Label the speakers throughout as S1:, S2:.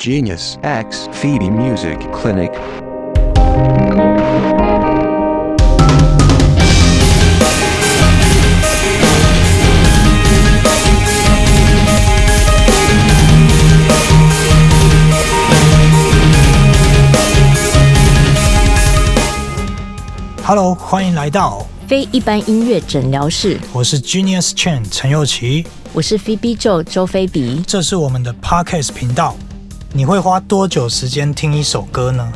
S1: Genius X Phoebe Music Clinic.
S2: Hello，欢迎来到，
S3: 非一般音乐诊疗室，
S2: 我是 Genius Chen 陈佑琪，
S3: 我是 Phoebe Joe 周菲比。
S2: 这是我们的 Podcast 频道。你会花多久时间听一首歌呢？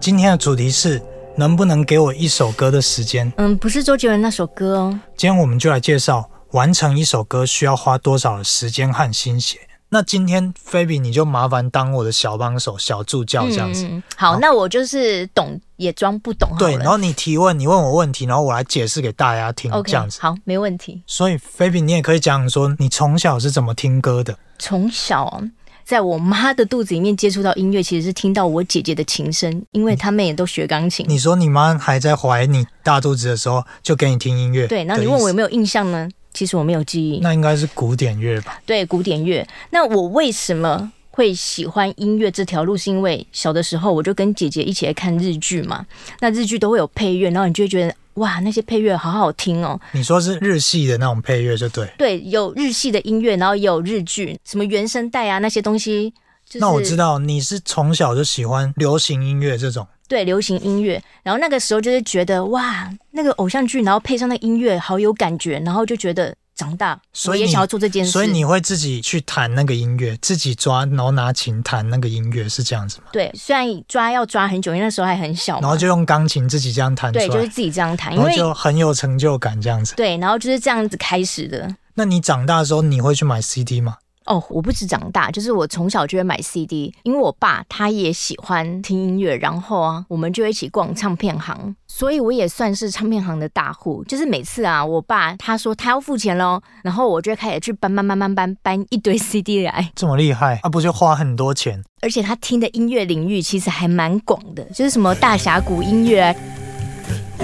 S2: 今天的主题是能不能给我一首歌的时间？
S3: 嗯，不是周杰伦那首歌哦。
S2: 今天我们就来介绍完成一首歌需要花多少的时间和心血。那今天菲比你就麻烦当我的小帮手、小助教这样子。
S3: 嗯，好，那我就是懂也装不懂好
S2: 对，
S3: 了
S2: 然后你提问，你问我问题，然后我来解释给大家听
S3: OK，
S2: 这样子。
S3: 好，没问题。
S2: 所以菲比，你也可以讲说你从小是怎么听歌的。
S3: 从小在我妈的肚子里面接触到音乐，其实是听到我姐姐的琴声，因为她们也都学钢琴。
S2: 嗯你说你妈还在怀你大肚子的时候就给你听音乐，
S3: 对，然后你问我有
S2: 有，
S3: 没有印象呢？其实我没有记忆。
S2: 那应该是古典乐吧？
S3: 对古典乐。那我为什么会喜欢音乐这条路？是因为小的时候我就跟姐姐一起来看日剧嘛，那日剧都会有配乐，然后你就会觉得哇，那些配乐好好听哦。
S2: 你说是日系的那种配乐就对。
S3: 对，有日系的音乐，然后也有日剧，什么原声带啊那些东西。就是、
S2: 那我知道你是从小就喜欢流行音乐这种，
S3: 对流行音乐，然后那个时候就是觉得哇，那个偶像剧，然后配上那个音乐，好有感觉，然后就觉得长大
S2: 所
S3: 我
S2: 以
S3: 也
S2: 你
S3: 想要做这件事。
S2: 所以你会自己去弹那个音乐，自己抓，然后拿琴弹那个音乐，是这样子吗？
S3: 对，虽然抓要抓很久，因为那时候还很小
S2: 然
S3: 嘛
S2: 后，就用钢琴自己这样弹出
S3: 对，就是
S2: 来，
S3: 自己这样弹，
S2: 然
S3: 因
S2: 后
S3: 为
S2: 就很有成就感这样子。
S3: 对，然后就是这样子开始的。
S2: 那你长大的时候你会去买 CD 吗？
S3: 哦，我不止长大，就是我从小就会买 CD，因为我爸他也喜欢听音乐，然后啊，我们就一起逛唱片行，所以我也算是唱片行的大户。就是每次啊，我爸他说他要付钱喽，然后我就会开始去搬搬搬搬搬搬一堆 CD 来，
S2: 这么厉害，啊，不就花很多钱？
S3: 而且他听的音乐领域其实还蛮广的，就是什么大峡谷音乐啊、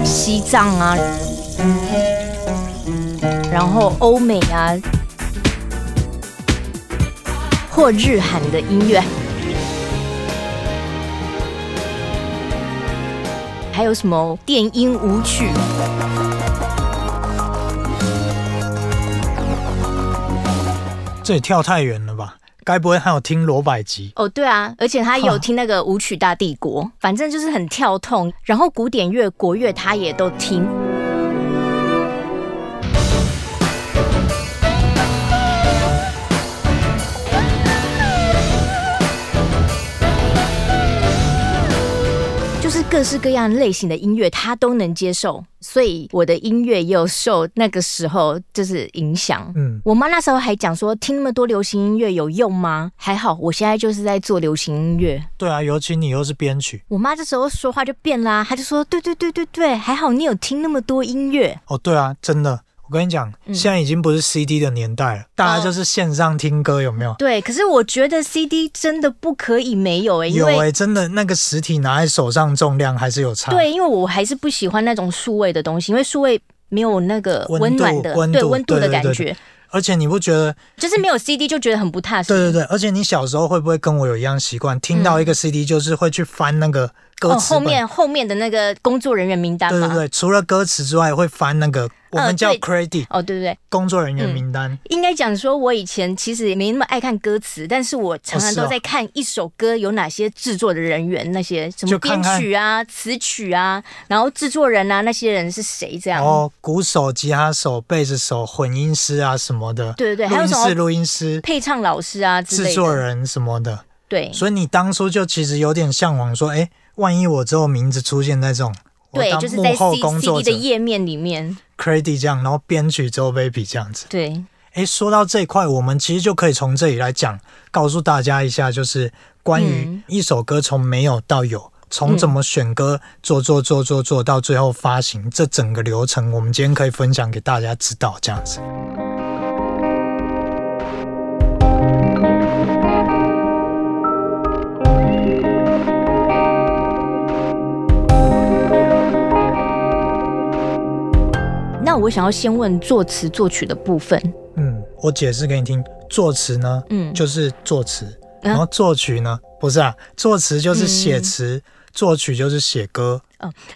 S3: 西藏啊，然后欧美啊，或日韩的音乐，还有什么电音舞曲。
S2: 这也跳太远了吧？该不会还有听罗百吉？
S3: 哦，对啊，而且他有听那个舞曲大帝国，反正就是很跳痛，然后古典乐、国乐他也都听。就是各式各样类型的音乐，他都能接受，所以我的音乐也有受那个时候就是影响。
S2: 嗯，
S3: 我妈那时候还讲说，听那么多流行音乐有用吗？还好，我现在就是在做流行音乐。
S2: 对啊，尤其你又是编曲
S3: 我妈这时候说话就变啦、她就说：“对对对对对，还好你有听那么多音乐。
S2: 哦，对啊，真的，我跟你讲，
S3: 嗯
S2: 现在已经不是 CD 的年代了，大家就是线上听歌，有没有”？
S3: 对，可是我觉得 CD 真的不可以没有诶、因
S2: 有
S3: 为、
S2: 诶、真的那个实体拿在手上重量还是有差。，
S3: 对，因为我还是不喜欢那种数位的东西，因为数位没有那个
S2: 温
S3: 温暖
S2: 度
S3: 的
S2: 温
S3: 对
S2: 度
S3: 温度的
S2: 对对
S3: 感
S2: 对
S3: 觉，
S2: 而且你不觉得？
S3: 就是没有 CD 就觉得很不踏实。
S2: 对对对，而且你小时候会不会跟我有一样习惯？听到一个 CD 就是会去翻那个歌
S3: 嗯哦，
S2: 词、
S3: 后。面后面的那个工作人员名单
S2: 对
S3: 嘛，
S2: 对对，除了歌词之外，会翻那个我们叫
S3: 嗯对嗯
S2: credit、
S3: 哦对对对，
S2: 工作人员名单。
S3: 应该讲说，我以前其实也没那么爱看歌词，但是我常常
S2: 哦是哦
S3: 都在看一首歌有哪些制作的人员，那些什
S2: 就
S3: 么
S2: 看
S3: 编
S2: 看
S3: 曲啊、词曲啊，然后制作人啊，那些人是谁这样。
S2: 然后鼓手、吉他手、贝斯手、混音师啊什么的，
S3: 对对对还
S2: 录音
S3: 有什么
S2: 师、录音师、
S3: 配唱老师啊之类的，
S2: 制作人什么的。
S3: 对
S2: 所以你当初就其实有点向往，说，哎、万一我之后名字出现在这种，我
S3: 对，
S2: 当
S3: 就是在
S2: 幕
S3: C
S2: 后工
S3: C
S2: 作
S3: D
S2: 者
S3: 的页面里面，
S2: ，credit 这样，然后编曲之后 baby 这样子。
S3: 对，
S2: 哎、说到这一块，我们其实就可以从这里来讲，告诉大家一下，就是关于
S3: 嗯
S2: 一首歌从没有到有。从怎么选歌，做做做做做到最后发行，这整个流程，我们今天可以分享给大家知道，这样子。
S3: 那我想要先问作词作曲的部分，
S2: 嗯，我解释给你听，作词呢，
S3: 嗯啊
S2: 就是作词，然后作曲呢，不是啊，作词就是写词，
S3: 嗯
S2: 作曲就是写歌。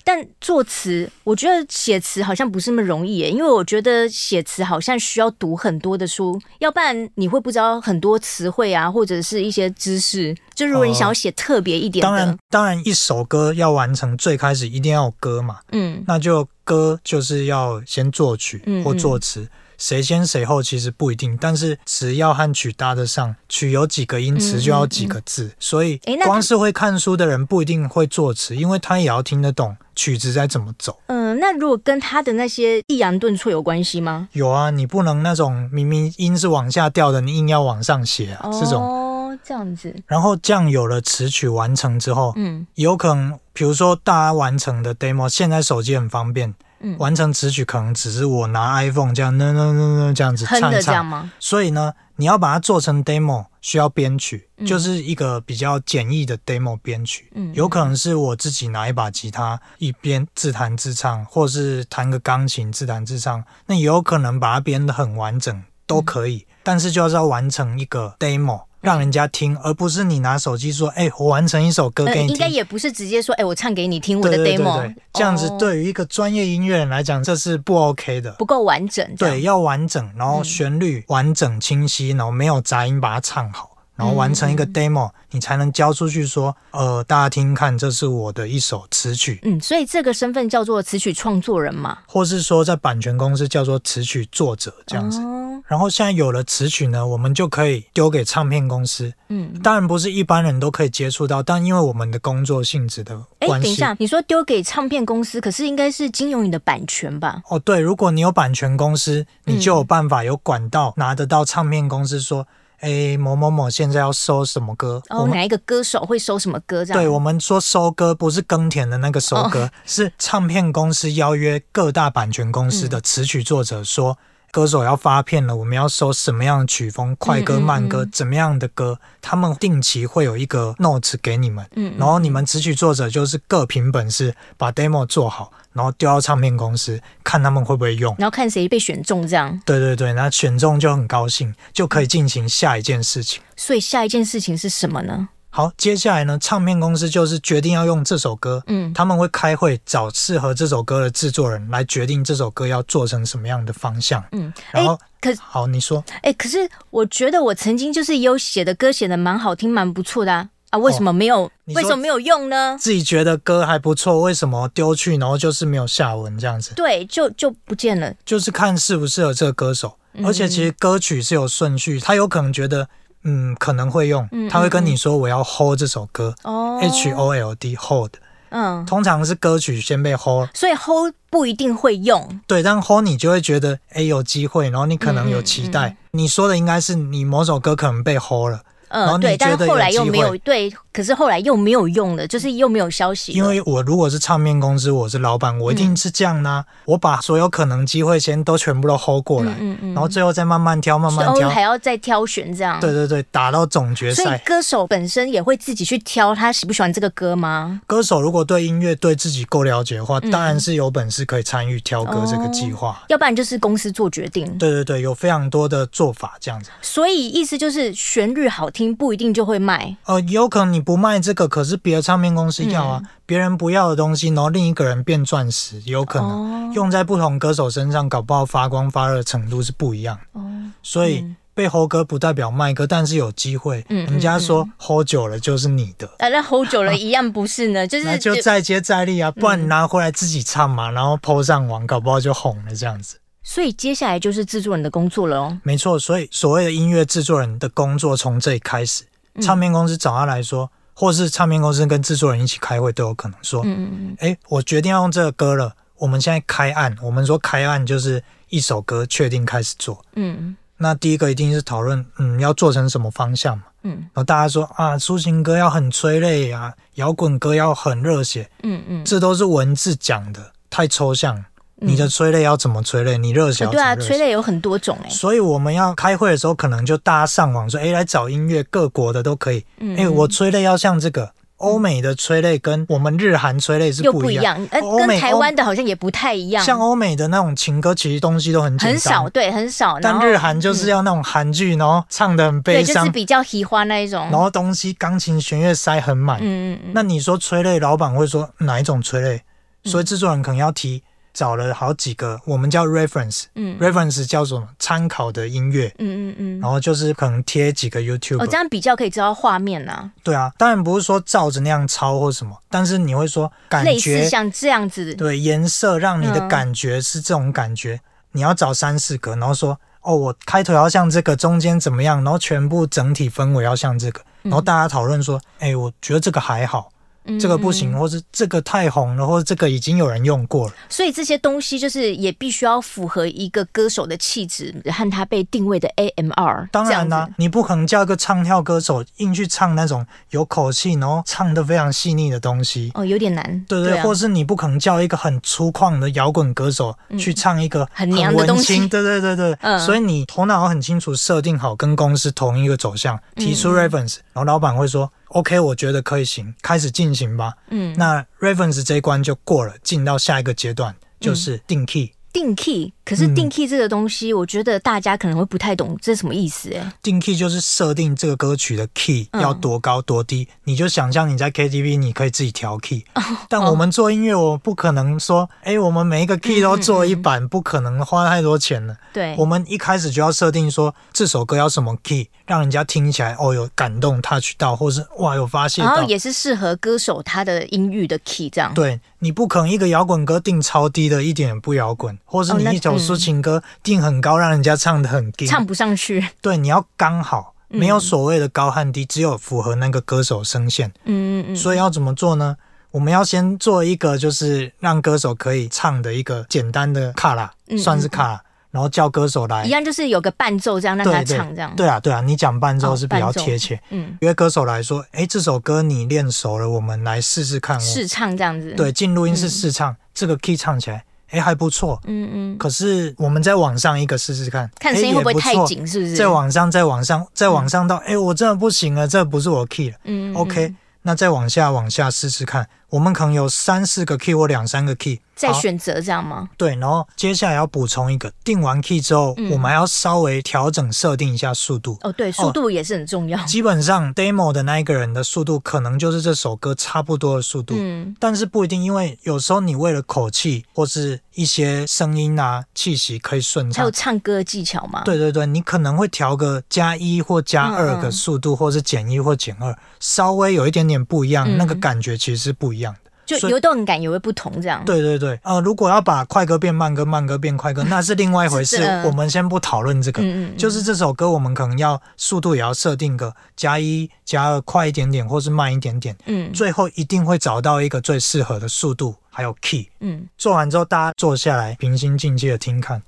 S3: 但作词，我觉得写词好像不是那么容易耶，因为我觉得写词好像需要读很多的书，要不然你会不知道很多词汇啊，或者是一些知识。就如果你想要写特别一点的，
S2: 哦当然，当然，一首歌要完成，最开始一定要有歌嘛。
S3: 嗯，
S2: 那就歌就是要先作曲
S3: 嗯
S2: 或作词，谁先谁后其实不一定，但是词要和曲搭得上，曲有几个音，词就要几
S3: 嗯
S2: 个字，所以
S3: 诶那他
S2: 光是会看书的人不一定会作词，因为他也要听得懂曲子在怎么走。
S3: 嗯、那如果跟他的那些抑扬顿挫有关系吗？
S2: 有啊，你不能那种明明音是往下掉的，你硬要往上写啊，这种。
S3: 哦，这样子，
S2: 然后这样有了词曲完成之后，
S3: 嗯
S2: 有可能，比如说大家完成的 demo，现在手机很方便，
S3: 嗯，
S2: 完成词曲可能只是我拿 iPhone 这样，呢呢呢呢这样子
S3: 哼
S2: 唱
S3: 的
S2: 一
S3: 这样
S2: 唱。
S3: 吗？
S2: 所以呢，你要把它做成 demo，需要编曲，
S3: 嗯
S2: 就是一个比较简易的 demo 编曲。
S3: 嗯
S2: 有可能是我自己拿一把吉他，一边自弹自唱，或是弹个钢琴自弹自唱。那也有可能把它编得很完整，都可
S3: 嗯
S2: 以。但是就是要完成一个 demo，让人家听，而不是你拿手机说：“哎、我完成一首歌
S3: 呃
S2: 给你听。
S3: 应该也不是直接说，哎、我唱给你听我
S2: 对
S3: 的
S2: 对对
S3: demo，
S2: 对，这样子
S3: 哦
S2: 对于一个专业音乐人来讲，这是不 OK 的。
S3: 不够完整，这样
S2: 对，，要完整，然后
S3: 嗯
S2: 旋律完整清晰，然后没有杂音把它唱好，然后完成一个
S3: 嗯
S2: demo，、你才能交出去说，呃，大家听看，这是我的一首词曲，
S3: 嗯，所以这个身份叫做词曲创作人嘛，
S2: 或是说在版权公司叫做词曲作者这样子。
S3: 哦、
S2: 然后现在有了词曲呢，我们就可以丢给唱片公司。
S3: 嗯。
S2: 当然不是一般人都可以接触到，但因为我们的工作性质的
S3: 哎，
S2: 关
S3: 等一
S2: 系，
S3: 下，你说丢给唱片公司，可是应该是金永宇的版权吧？
S2: 哦，对，如果你有版权公司，你就有
S3: 嗯
S2: 办法有管道拿得到唱片公司说，诶，某某某现在要收什么歌，我
S3: 哦，
S2: 们。
S3: 哪一个歌手会收什么歌这样？
S2: 对我们说收歌不是耕田的那个
S3: 哦
S2: 收歌， 是唱片公司邀约各大版权公司
S3: 嗯
S2: 的词曲作者说，歌手要发片了，我们要收什么样的曲风，快歌、
S3: 嗯嗯
S2: 慢歌，怎么样的歌，他们定期会有一个 notes 给你们，
S3: 嗯
S2: 然后你们词曲作者就是各凭本事把 demo 做好，然后丢到唱片公司看他们会不会用。
S3: 然后看谁被选中这样。
S2: 对对对，那选中就很高兴，就可以进行下一件事情。
S3: 所以下一件事情是什么呢？
S2: 好，接下来呢，唱片公司就是决定要用这首歌，
S3: 嗯
S2: 他们会开会找适合这首歌的制作人来决定这首歌要做成什么样的方向。
S3: 嗯，哎
S2: 然后，
S3: 可
S2: 好，你说
S3: 哎，可是我觉得我曾经就是也有写的歌，写的蛮好听，蛮不错的啊。啊，为什么没有？
S2: 哦你说
S3: 为什么没有用呢？
S2: 自己觉得歌还不错，为什么丢去，然后就是没有下文这样子？
S3: 对，就就不见了。
S2: 就是看适不适合这个歌手。
S3: 嗯
S2: 而且其实歌曲是有顺序，他有可能觉得，嗯，可能会用
S3: 嗯，
S2: 他会跟你说我要 hold 这首歌
S3: 哦
S2: ，H O L D hold，
S3: 嗯，
S2: 通常是歌曲先被 hold，
S3: 所以 hold 不一定会用。
S2: 对，但 hold 你就会觉得，哎、有机会，然后你可能有期待。
S3: 嗯嗯
S2: 你说的应该是你某首歌可能被 hold 了，然后
S3: 嗯，
S2: 你觉
S3: 对，但
S2: 得
S3: 是后
S2: 有
S3: 来又
S2: 机
S3: 没有
S2: 会
S3: 对，可是后来又没有用了，就是又没有消息了。
S2: 因为我如果是唱片公司，我是老
S3: 嗯
S2: 板，我一定是这样呢、我把所有可能机会先都全部都 hold 过来，
S3: 嗯嗯嗯
S2: 然后最后再慢慢挑，慢慢
S3: 然后
S2: 挑，
S3: 哦还要再挑选这样。
S2: 对对对，打到总决
S3: 所以
S2: 赛。
S3: 歌手本身也会自己去挑他喜不喜欢这个歌吗？
S2: 歌手如果对音乐对自己够了解的话，
S3: 嗯
S2: 当然是有本事可以参与挑歌这个计划。
S3: 要不然就是公司做决定。
S2: 对对对，有非常多的做法这样子。
S3: 所以意思就是旋律好听不一定就会卖。
S2: 呃，有可能你不卖这个，可是别的唱片公司要
S3: 嗯
S2: 啊，别、人不要的东西，然后另一个人变钻石，有可
S3: 哦
S2: 能、用在不同歌手身上，搞不好发光发热的程度是不一样。
S3: 哦，
S2: 所以被猴哥不代表卖歌，但是有机会，
S3: 嗯
S2: 人家说吼久了就是你的。
S3: 啊，那 hold 久了一样不是 呢，就是嗯
S2: 那就再接再厉啊，不然你拿回来自己唱嘛，然后 PO 上网，搞不好就红了这样子。
S3: 所以接下来就是制作人的工作了哦。
S2: 没错，所以所谓的音乐制作人的工作从这里开始，
S3: 嗯
S2: 唱片公司找他来说，或是唱片公司跟制作人一起开会都有可能说，
S3: 嗯
S2: 哎、我决定要用这个歌了，我们现在开案，我们说开案就是一首歌确定开始做，
S3: 嗯
S2: 那第一个一定是讨论，嗯，要做成什么方向嘛，
S3: 嗯
S2: 然后大家说啊，抒情歌要很催泪啊，摇滚歌要很热血，
S3: 嗯嗯
S2: 这都是文字讲的，太抽象了。你的催泪要怎么催泪？你热血
S3: 嗯，
S2: 要怎
S3: 啊对
S2: 么
S3: 啊，
S2: 热血？
S3: 催泪有很多种哎、
S2: 所以我们要开会的时候，可能就大家上网说，哎、来找音乐各国的都可以。哎、
S3: 嗯
S2: 我催泪要像这个，欧美的催泪跟我们日韩催泪是
S3: 又
S2: 不
S3: 不
S2: 一
S3: 一
S2: 样，
S3: 样，呃，
S2: 欧
S3: 跟
S2: 美
S3: 台湾的好像也不太一样，
S2: 像欧美的那种情歌，其实东西都很简
S3: 很
S2: 单
S3: 少，对，很少。然
S2: 但
S3: 后嗯
S2: 日韩就是要那种韩剧，然后唱的很悲
S3: 对，就
S2: 伤，
S3: 是比较喜欢那一种，
S2: 然后东西钢琴弦乐塞很满。
S3: 嗯嗯
S2: 那你说催泪，老板会说哪一种催泪？所以制作人可能要提找了好几个，我们叫 reference，reference、
S3: 嗯
S2: reference 叫什么参考的音乐，
S3: 嗯嗯嗯，
S2: 然后就是可能贴几个 YouTube，、
S3: 哦，这样比较可以知道画面呐，
S2: 对啊，当然不是说照着那样抄或什么，但是你会说感
S3: 类似
S2: 觉
S3: 像这样子，
S2: 对颜色让你的
S3: 嗯
S2: 感觉是这种感觉，你要找三四个，然后说哦，我开头要像这个，中间怎么样，然后全部整体氛围要像这个，然后大家讨论说，哎、我觉得这个还好，
S3: 嗯
S2: 这个不行，
S3: 嗯
S2: 或是这个太红了，或者这个已经有人用过了，
S3: 所以这些东西就是也必须要符合一个歌手的气质和他被定位的 AMR。
S2: 当然啦、你不可能叫一个唱跳歌手硬去唱那种有口气，然后唱的非常细腻的东西。
S3: 哦，有点难。
S2: 对对，
S3: 啊
S2: 或是你不可能叫一个很粗犷的摇滚歌手去唱一个
S3: 嗯很娘的
S2: 文
S3: 东西
S2: 青，对对对对，
S3: 嗯
S2: 所以你头脑要很清楚设定好跟公司同一个走向，
S3: 嗯
S2: 提出 reference，、然后老板会说 OK，我觉得可以行，开始进行吧。
S3: 嗯，
S2: 那 reference 这一关就过了，进到下一个阶段
S3: 嗯
S2: 就是定 key，、
S3: 定 key，可
S2: 嗯
S3: 是定 key 这个东西，我觉得大家可能会不太懂这是什么意思、哎，
S2: 定 key 就是设定这个歌曲的 key
S3: 嗯
S2: 要多高多低，你就想象你在 KTV 你可以自己调 key，、但
S3: 哦
S2: 我们做音乐我不可能说，哎、我们每一个 key 都做一版，不可能花太多钱了。
S3: 嗯对，
S2: 我们一开始就要设定说这首歌要什么 key，让人家听起来哦有感动 touch 到，或是哇有发泄
S3: 然后
S2: 到。
S3: 哦也是适合歌手他的音域的 key 这样。
S2: 对你不可能一个摇滚歌定超低的，一点也不摇滚，或是
S3: 哦
S2: 你
S3: 那
S2: 一首
S3: 嗯
S2: 抒情歌定很高，让人家唱的很 gay。
S3: 唱不上去，
S2: 对，你要刚好，
S3: 嗯
S2: 没有所谓的高和低，只有符合那个歌手声线。
S3: 嗯嗯嗯，
S2: 所以要怎么做呢？我们要先做一个就是让歌手可以唱的一个简单的卡拉，
S3: 嗯
S2: 算是卡拉，然后叫歌手来
S3: 一样就是有个伴奏这样让他
S2: 对对
S3: 唱这样，
S2: 对啊，对啊，你讲伴奏
S3: 哦
S2: 是比较
S3: 伴奏
S2: 贴切。
S3: 嗯，
S2: 约歌手来说，哎，这首歌你练熟了，我们来试试看哦。
S3: 试唱这样子，
S2: 对，，进录音室试唱，这个 key 唱起来，哎，还不错。
S3: 嗯嗯，
S2: 可是我们再往上一个试试看，
S3: 看声
S2: 诶
S3: 音会不会太？
S2: 也
S3: 紧，是不嗯
S2: 错
S3: 是？
S2: 再往上，再往上，再往上到，哎、我真的不行了，这不是我 key 了。
S3: 嗯嗯嗯
S2: OK，那再往下，往下试试看。我们可能有三四个 key 或两三个 key，
S3: 再
S2: 好
S3: 选择这样吗？
S2: 对，然后接下来要补充一个，定完 key 之后，
S3: 嗯
S2: 我们还要稍微调整设定一下速度。
S3: 哦，对，速度也是很 重要，
S2: 基本上 demo 的那一个人的速度，可能就是这首歌差不多的速度。
S3: 嗯，
S2: 但是不一定，因为有时候你为了口气或是一些声音啊、气息可以顺
S3: 还有
S2: 畅，
S3: 唱歌的技巧嘛，
S2: 对对对，你可能会调个加一或加二
S3: 嗯嗯
S2: 的速度，或是减一或减二，稍微有一点点不一样，
S3: 嗯
S2: 那个感觉其实是不一样的。
S3: 就
S2: 所以
S3: 流动感也会不同这样。
S2: 对对对，呃，如果要把快歌变慢歌，慢歌变快歌，那是另外一回
S3: 是
S2: 事
S3: 的，
S2: 我们先不讨论这个。
S3: 嗯，嗯嗯，
S2: 就是这首歌，我们可能要速度也要设定个加一、加二，快一点点，或是慢一点点，
S3: 嗯
S2: 最后一定会找到一个最适合的速度，还有 key。
S3: 嗯，
S2: 做完之后，大家坐下来平心静气的听看，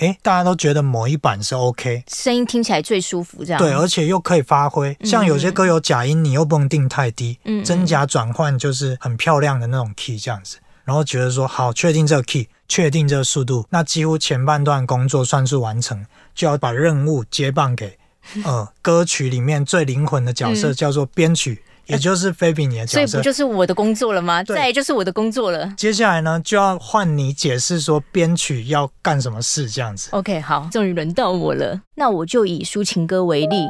S2: 诶，大家都觉得某一版是 OK，
S3: 声音听起来最舒服这样。
S2: 对，而哦且又可以发挥。像有些歌有假音，你又不能定太低，
S3: 嗯嗯嗯
S2: 真假转换就是很漂亮的那种 key 这样子。然后觉得说好，确定这个 key，确定这个速度，那几乎前半段工作算是完成，就要把任务接棒 给呃歌曲里面最灵魂的角色，
S3: 嗯呃
S2: 叫做编曲，也就是菲比你的
S3: 所
S2: 角
S3: 以不
S2: 色。
S3: 就是我的工作了吗？
S2: 对
S3: 再来就是我的工作了。
S2: 接下来呢，就要换你解释说编曲要干什么事这样子。
S3: OK，好，终于轮到我了。那我就以抒情歌为例，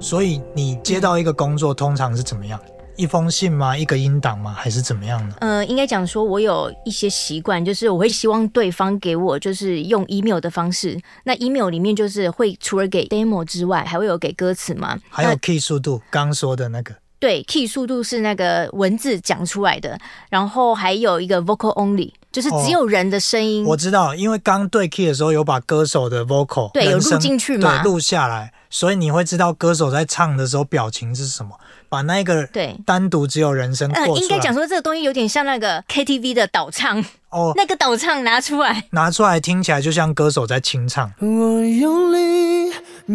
S2: 所以你接到一个工作，通常是怎么样？一封信吗？一个音档吗？还是怎么样呢？
S3: 嗯、应该讲说我有一些习惯，就是我会希望对方给我就是用 email 的方式。那 email 里面就是会除了给 demo 之外，还会有给歌词嘛？
S2: 还有
S3: 那
S2: key 速度，刚说的那个，
S3: 对，key 速度是那个文字讲出来的，然后还有一个 vocal only，就是只有人的声音。
S2: 哦我知道，因为刚对 key 的时候有把歌手的 vocal
S3: 对有
S2: 人声
S3: 录进去嘛
S2: 对，录下来，所以你会知道歌手在唱的时候表情是什么，把那个
S3: 对
S2: 单独只有人声过
S3: 呃，
S2: 出来。
S3: 应该讲说这个东西有点像那个 KTV 的导唱，
S2: 哦，
S3: 那个导唱拿出来，
S2: 拿出来听起来就像歌手在清唱。
S4: 我用力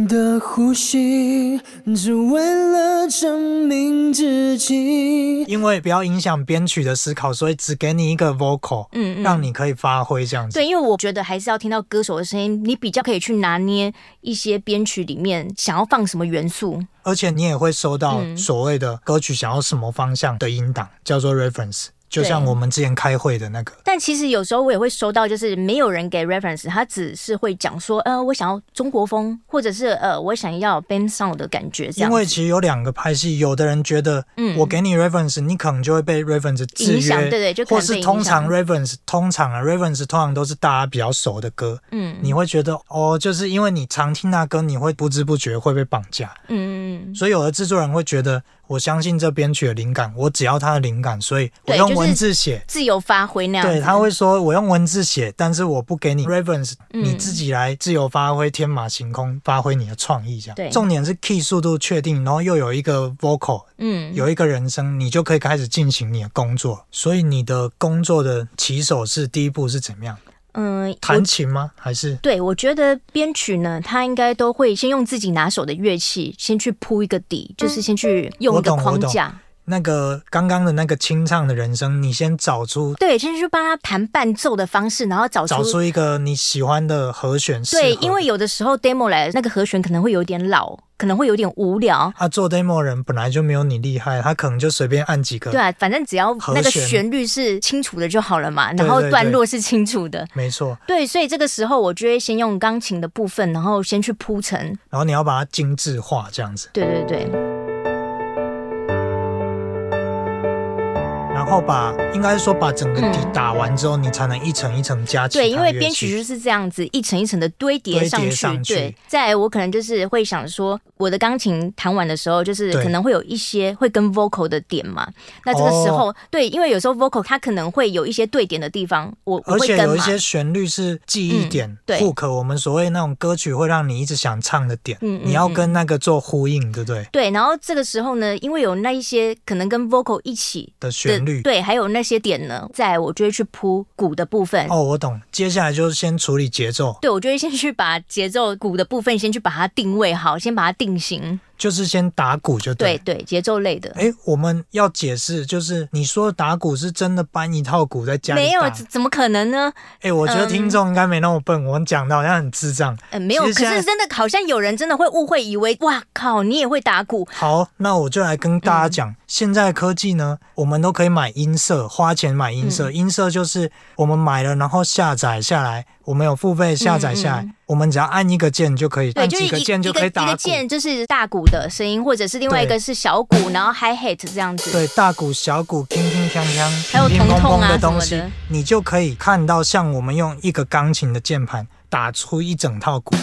S4: 的呼吸，只为了证明自己。
S2: 因为不要影响编曲的思考，所以只给你一个 vocal，
S3: 嗯嗯
S2: 让你可以发挥这样子。
S3: 对，因为我觉得还是要听到歌手的声音，你比较可以去拿捏一些编曲里面想要放什么元素。
S2: 而且你也会收到
S3: 嗯
S2: 所谓的歌曲想要什么方向的音档，叫做 reference。就像我们之前开会的那个，
S3: 但其实有时候我也会收到，就是没有人给 reference，他只是会讲说，呃，我想要中国风，或者是呃，我想要 band sound 的感觉这
S2: 因
S3: 样。
S2: 为其实有两个派系，有的人觉得，
S3: 嗯
S2: 我给你 reference，你可能就会被 reference 制
S3: 影响
S2: 约，
S3: 对对就可
S2: 或
S3: 能被
S2: 是
S3: 影
S2: 通常
S3: 响
S2: reference 通常啊 reference 通常都是大家比较熟的歌，
S3: 嗯
S2: 你会觉得哦，就是因为你常听那歌，你会不知不觉会被绑架，
S3: 嗯嗯嗯，
S2: 所以有的制作人会觉得，我相信这编曲的灵感，我只要它的灵感，所以我
S3: 对
S2: 用
S3: 就是
S2: 文字写。
S3: 自由发挥那样子。
S2: 对，他会说我用文字写，但是我不给你 reference，、
S3: 嗯
S2: 你自己来自由发挥，天马行空，发挥你的创意这样。
S3: 对
S2: 重点是 key 速度确定，然后又有一个 vocal，
S3: 嗯
S2: 有一个人声，你就可以开始进行你的工作。所以你的工作的起手是第一步是怎么样？
S3: 嗯，我
S2: 弹琴吗？还是
S3: 对，我觉得编曲呢，他应该都会先用自己拿手的乐器，先去铺一个底，就是先去用一个
S2: 嗯我懂我
S3: 框
S2: 懂
S3: 架，
S2: 那个刚刚的那个清唱的人声，你先找出
S3: 对，先去帮他弹伴奏的方式，然后找出。
S2: 找出一个你喜欢的和弦适合的。
S3: 对，因为有的时候 demo 来的那个和弦可能会有点老，可能会有点无聊。
S2: 他做 demo 的人本来就没有你厉害，他可能就随便按几个。
S3: 对啊，反正只要
S2: 和
S3: 那个
S2: 弦
S3: 旋律是清楚的就好了嘛，
S2: 对
S3: 然后
S2: 对
S3: 段
S2: 对
S3: 落是清楚的。
S2: 没错。
S3: 对，所以这个时候我就会先用钢琴的部分，然后先去铺陈。
S2: 然后你要把它精致化，这样子，
S3: 对对对，
S2: 然后把应该是说把整个底
S3: 嗯
S2: 打完之后，你才能一层一层加其他
S3: 对，因为
S2: 乐
S3: 编
S2: 器
S3: 曲就是这样子一层一层的堆叠上
S2: 堆叠
S3: 去。
S2: 上去
S3: 对，再来我可能就是会想说，我的钢琴弹完的时候，就是
S2: 对
S3: 可能会有一些会跟 vocal 的点嘛。那这个
S2: 哦
S3: 时候，对，因为有时候 vocal 它可能会有一些对点的地方，我我
S2: 而
S3: 会
S2: 且
S3: 跟
S2: 有一
S3: 嘛。
S2: 些旋律是记忆点、
S3: 嗯对
S2: hook，我们所谓那种歌曲会让你一直想唱的点，
S3: 嗯嗯
S2: 你要跟那个做呼应，对不对？
S3: 对，然后这个时候呢，因为有那一些可能跟 vocal 一起
S2: 的旋律。
S3: 对，还有那些点呢，再来我就会去铺鼓的部分。
S2: 哦，我懂。接下来就是先处理节奏，
S3: 对，我就会先去把节奏鼓的部分先去把它定位好，先把它定型。
S2: 就是先打鼓就对
S3: 对。对，节奏类的。
S2: 哎，我们要解释，就是你说打鼓是真的搬一套鼓在家里
S3: 没有，
S2: 打
S3: 怎怎么可能呢？
S2: 哎、我觉得
S3: 嗯
S2: 听众应该没那么笨，我讲的好像很智障。
S3: 呃，没有，
S2: 其
S3: 可
S2: 实现在
S3: 是真的好像有人真的会误会，以为哇靠，你也会打鼓，
S2: 好，那我就来跟大
S3: 嗯
S2: 家讲，现在的科技呢，我们都可以买音色，花钱买音
S3: 嗯
S2: 色。音色就是我们买了，然后下载下来，我们有付费下载下来，
S3: 嗯
S2: 我们只要按一个键就可以，
S3: 对，
S2: 按
S3: 就
S2: 几
S3: 是
S2: 个
S3: 一
S2: 键就
S3: 一
S2: 可以
S3: 个一个
S2: 打鼓。
S3: 键就是大鼓的声音，或者是另外一
S2: 对
S3: 个是小鼓，然后 hi hat 这样子。
S2: 对，大鼓、小鼓、乒乒乓乓、
S3: 还有
S2: 乒乒
S3: 铜
S2: 乓
S3: 痛
S2: 乓
S3: 啊
S2: 的东
S3: 什
S2: 西
S3: 么的，
S2: 你就可以看到，像我们用一个钢琴的键盘打出一整套鼓，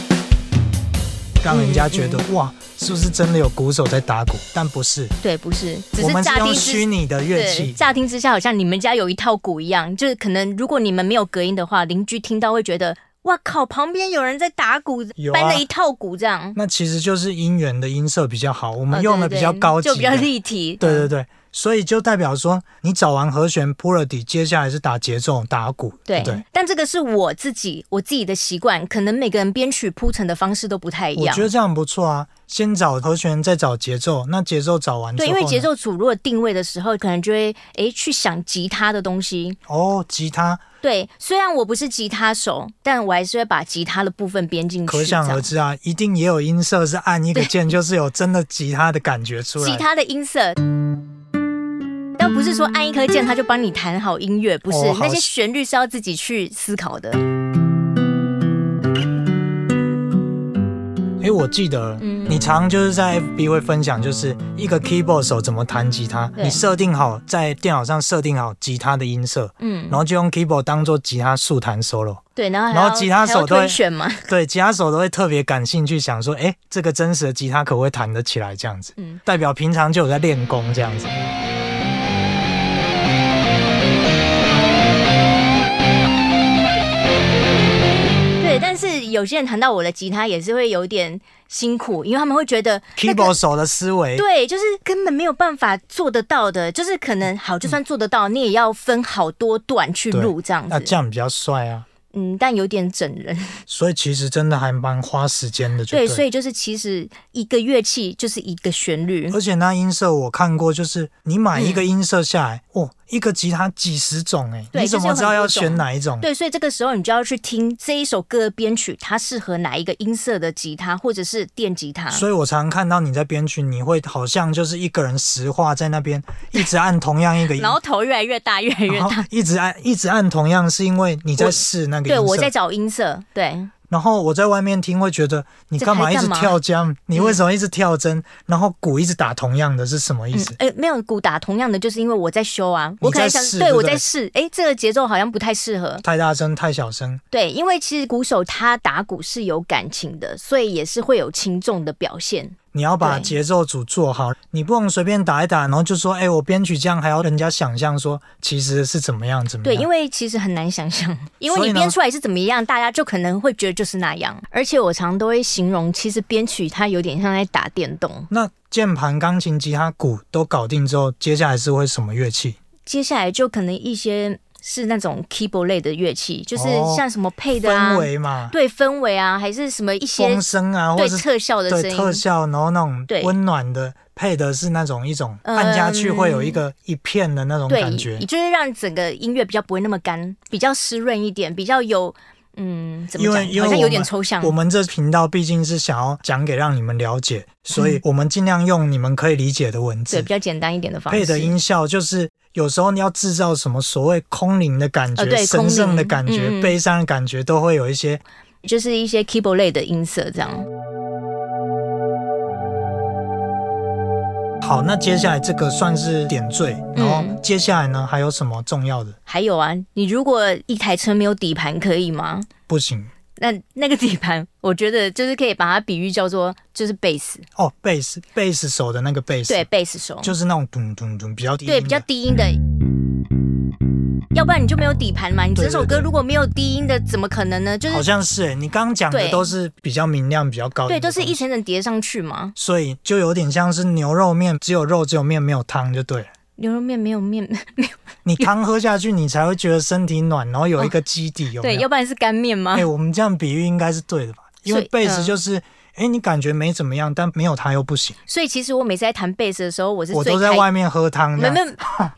S2: 让人家觉得、
S3: 嗯
S2: 哇，是不是真的有鼓手在打鼓？但不是，
S3: 对，不是，只
S2: 我
S3: 是
S2: 们是
S3: 乍听
S2: 用
S3: 之
S2: 虚拟的乐
S3: 对，
S2: 器。
S3: 乍听之下好像你们家有一套鼓一样，就是可能如果你们没有隔音的话，邻居听到会觉得哇靠，旁边有人在打鼓，
S2: 有啊
S3: 搬了一套鼓这样。
S2: 那其实就是音源的音色比较好，我
S3: 我
S2: 们用的比较高级的，
S3: 哦就比较立体。
S2: 对对对，所以就代表说，你找完和弦铺了底，接下来是打节奏、打鼓，对
S3: 对
S2: 不对？
S3: 但这个是我自己我自己的习惯，可能每个人编曲铺陈的方式都不太一
S2: 我
S3: 样
S2: 觉。得这样不错啊，先找和弦，再找节奏，那节奏找完之
S3: 对，
S2: 后
S3: 因
S2: 呢，
S3: 为节奏组如果定位的时候，可能就会诶去想吉他的东西。
S2: 哦，吉他
S3: 对，虽然我不是吉他手，但我还是会把吉他的部分编进去。
S2: 可想
S3: 这样
S2: 而知啊，一定也有音色是按一个键，就是有真的吉他的感觉出来。
S3: 吉他的音色。但不是说按一颗键他就帮你弹好音乐，不是、
S2: 哦好
S3: 那些旋律是要自己去思考的。
S2: 诶，我记得、
S3: 嗯
S2: 你常就是在 FB 会分享，就是一个 keyboard 手怎么弹吉他，
S3: 对
S2: 你设定好在电脑上设定好吉他的音色，
S3: 嗯
S2: 然，后就用 keyboard 当做吉他速弹 solo。
S3: 对，然后还要
S2: 然后吉他手
S3: 还要
S2: 都会
S3: 推选嘛，
S2: 对，吉他手都会特别感兴趣，想说，诶，这个真实的吉他可不可以弹得起来？这样子，
S3: 嗯
S2: 代表平常就有在练功这样子。
S3: 对。但是有些人弹到我的吉他也是会有点辛苦，因为他们会觉得那个
S2: keyboard 手的思维，
S3: 对，就是根本没有办法做得到的，就是可能好，就算做得到，你也要分好多段去
S2: 嗯对
S3: 录这样
S2: 那这
S3: 子。
S2: 样比较帅啊。
S3: 嗯，但有点整人，
S2: 所以其实真的还蛮花时间的，就对。
S3: 对，所以就是其实一个乐器就是一个旋律，
S2: 而且那音色我看过，就是你买一个音色下来，哦，一个吉他几十种哎、
S3: 嗯对
S2: 你怎么知道要选哪一种？
S3: 对，所以这个时候你就要去听这一首歌的编曲，它适合哪一个音色的吉他或者是电吉他。
S2: 所以我常看到你在编曲，你会好像就是一个人石化在那边，一直按同样一个音，
S3: 然后头越来越大，越来越
S2: 然后
S3: 大。
S2: 一直按一直按同样，是因为你在
S3: 我
S2: 试那个音
S3: 对，
S2: 色。
S3: 我在找音色。对，
S2: 然后我在外面听会觉得你干嘛一直
S3: 这还干嘛嗯
S2: 跳江？你为什么一直跳针？然后鼓一直打同样的是什么意思？
S3: 哎，没有鼓打同样的，就是因为我在修啊，我可能想
S2: 你在试
S3: 对
S2: 对不
S3: 我
S2: 对
S3: 在试，哎，这个节奏好像不太适合。
S2: 太大声，太小声。
S3: 对，因为其实鼓手他打鼓是有感情的，所以也是会有轻重的表现。
S2: 你要把
S3: 对
S2: 节奏组做好，你不能随便打一打，然后就说，哎、我编曲这样，还要人家想象说其实是怎么样怎么
S3: 对，
S2: 样。
S3: 因
S2: 为
S3: 为其实很难想象，因为
S2: 所以
S3: 你
S2: 呢
S3: 编出来是怎么样，大家就可能会觉得就是那样。而且我常都会形容，其实编曲它有点像在打电动。
S2: 那键盘、钢琴、吉他、鼓都搞定之后，接下来是会什么乐器？
S3: 接下来就可能一些是那种 keyboard 类的乐器，就是
S2: 哦
S3: 像什么配的啊，
S2: 氛围嘛，
S3: 对氛围啊，还是什么一些
S2: 风声啊，或
S3: 对
S2: 者是
S3: 特效的声
S2: 对
S3: 音，
S2: 特效，然后那种
S3: 对
S2: 温暖的，配的是那种一种按下去会有一个一片的那种
S3: 嗯对
S2: 感觉。，
S3: 就是让整个音乐比较不会那么干，比较湿润一点，比较有嗯，怎
S2: 因
S3: 么
S2: 为
S3: 讲？
S2: 因为
S3: 好像
S2: 我
S3: 有点
S2: 们
S3: 抽象
S2: 我。们这频道毕竟是想要讲给让你们了解，所以我们尽量用你们可以理解的文
S3: 嗯对，
S2: 字
S3: 比。较简单一点的方式。
S2: 配的音效就是有时候你要制造什么所谓空灵的感觉、
S3: 呃对
S2: 神圣的感
S3: 空
S2: 觉、
S3: 灵嗯嗯
S2: 悲伤的感觉，都会有一些。
S3: 就是一些 keyboard 类的音色这样。
S2: 好，那接下来这个算是点缀，然后
S3: 嗯
S2: 接下来呢还有什么重要的？
S3: 还有啊，你如果一台车没有底盘可以吗？
S2: 不行
S3: 那那个底盘，我觉得就是可以把它比喻叫做就是贝斯，
S2: 哦，贝斯贝斯手的那个贝斯，
S3: 对，贝斯手，
S2: 就是那种咚咚咚比较低音的，
S3: 对比较低音的，要不然你就没有底盘嘛。你
S2: 对
S3: 整首
S2: 对
S3: 歌
S2: 对
S3: 如果没有低音的，怎么可能呢？就
S2: 好
S3: 是
S2: 像是诶、欸你刚刚讲的
S3: 对
S2: 都是比较明亮、比较高音
S3: 对，
S2: 的
S3: 都
S2: 东西，
S3: 是一层层叠上去嘛。
S2: 所以就有点像是牛肉面，只有肉只有面没有汤就对了。
S3: 牛肉面没有面，
S2: 你汤喝下去，你才会觉得身体暖，然后有一个基底，有没
S3: 哦对，
S2: 有？
S3: 要不然是干面吗
S2: 哎、？我们这样比喻应该是对的吧？因为
S3: 啊所以
S2: 贝斯
S3: 嗯
S2: 就是，哎、你感觉没怎么样，但没有它又不行。
S3: 所以其实我每次在弹贝斯的时候，我是
S2: 我
S3: 最
S2: 都在
S3: 开
S2: 外面啊喝汤
S3: 没
S2: 的
S3: 有。没有，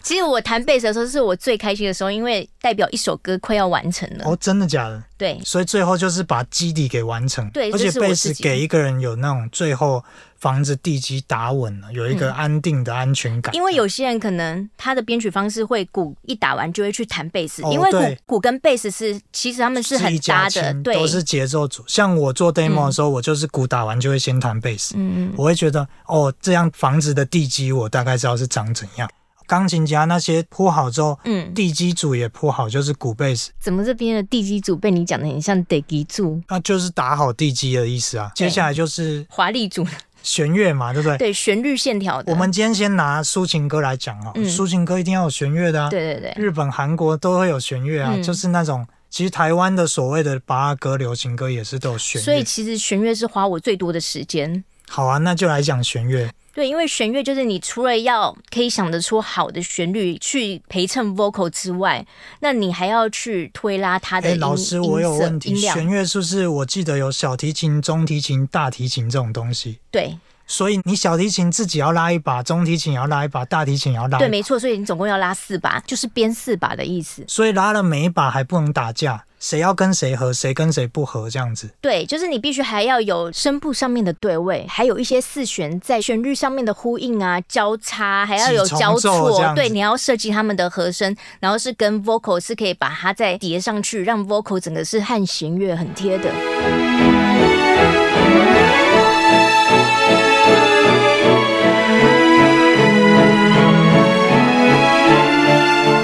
S3: 其实我弹贝斯的时候是我最开心的时候，因为代表一首歌快要完成了。
S2: 哦，真的假的？
S3: 对
S2: 所以最后就是把基底给完成，
S3: 对
S2: 而且
S3: 这是我
S2: 贝
S3: 自
S2: 斯
S3: 己
S2: 给一个人有那种最后防止地基打稳了，有一个安定的安全感。
S3: 嗯因为有些人可能他的编曲方式会鼓一打完就会去弹贝斯，
S2: 哦
S3: 因为
S2: 对
S3: 鼓鼓跟贝斯是其实他们是很
S2: 一
S3: 搭
S2: 家
S3: 的，
S2: 亲，
S3: 对，
S2: 都是节奏组。像我做 demo 的时候，我就是鼓打完就会先弹贝斯，
S3: 嗯，
S2: 我会觉得哦，这样房子的地基我大概知道是长怎样。钢琴家那些铺好之后，
S3: 嗯
S2: 地基组也铺好，就是鼓贝斯，
S3: 怎么这边的地基组被你讲的很像地基组、
S2: 那就是打好地基的意思啊。接
S3: 对
S2: 下来就是
S3: 华丽组，
S2: 弦乐嘛，对不对？
S3: 对，旋律线条的，
S2: 我们今天先拿抒情歌来讲哦，
S3: 嗯
S2: 抒情歌一定要有弦乐的啊。
S3: 对对对，
S2: 日本、韩国都会有弦乐啊，
S3: 嗯
S2: 就是那种其实台湾的所谓的八拉歌、流行歌也是都有弦乐。
S3: 所以其实弦乐是花我最多的时间，
S2: 好啊，那就来讲弦乐。
S3: 对，因为弦乐就是你除了要可以想得出好的旋律去陪衬 vocal 之外，那你还要去推拉它的
S2: 哎，
S3: 音
S2: 老师，我有
S3: 音色
S2: 问题，
S3: 音
S2: 弦
S3: 量。
S2: 乐是不是我记得有小提琴、中提琴、大提琴这种东西？
S3: 对
S2: 所以你小提琴自己要拉一把，中提琴也要拉一把，大提琴也要拉一把。
S3: 对，没错，所以你总共要拉四把，就是编四把的意思。
S2: 所以拉了每一把还不能打架，谁要跟谁合，谁跟谁不合这样子。
S3: 对，就是你必须还要有声部上面的对位，还有一些四弦在旋律上面的呼应啊、交叉，还要有
S2: 几重
S3: 交
S2: 奏这
S3: 错。
S2: 样
S3: 对，
S2: 子
S3: 你要设计他们的和声，然后是跟 vocal 是可以把它再叠上去，让 vocal 整个是和弦乐很贴的。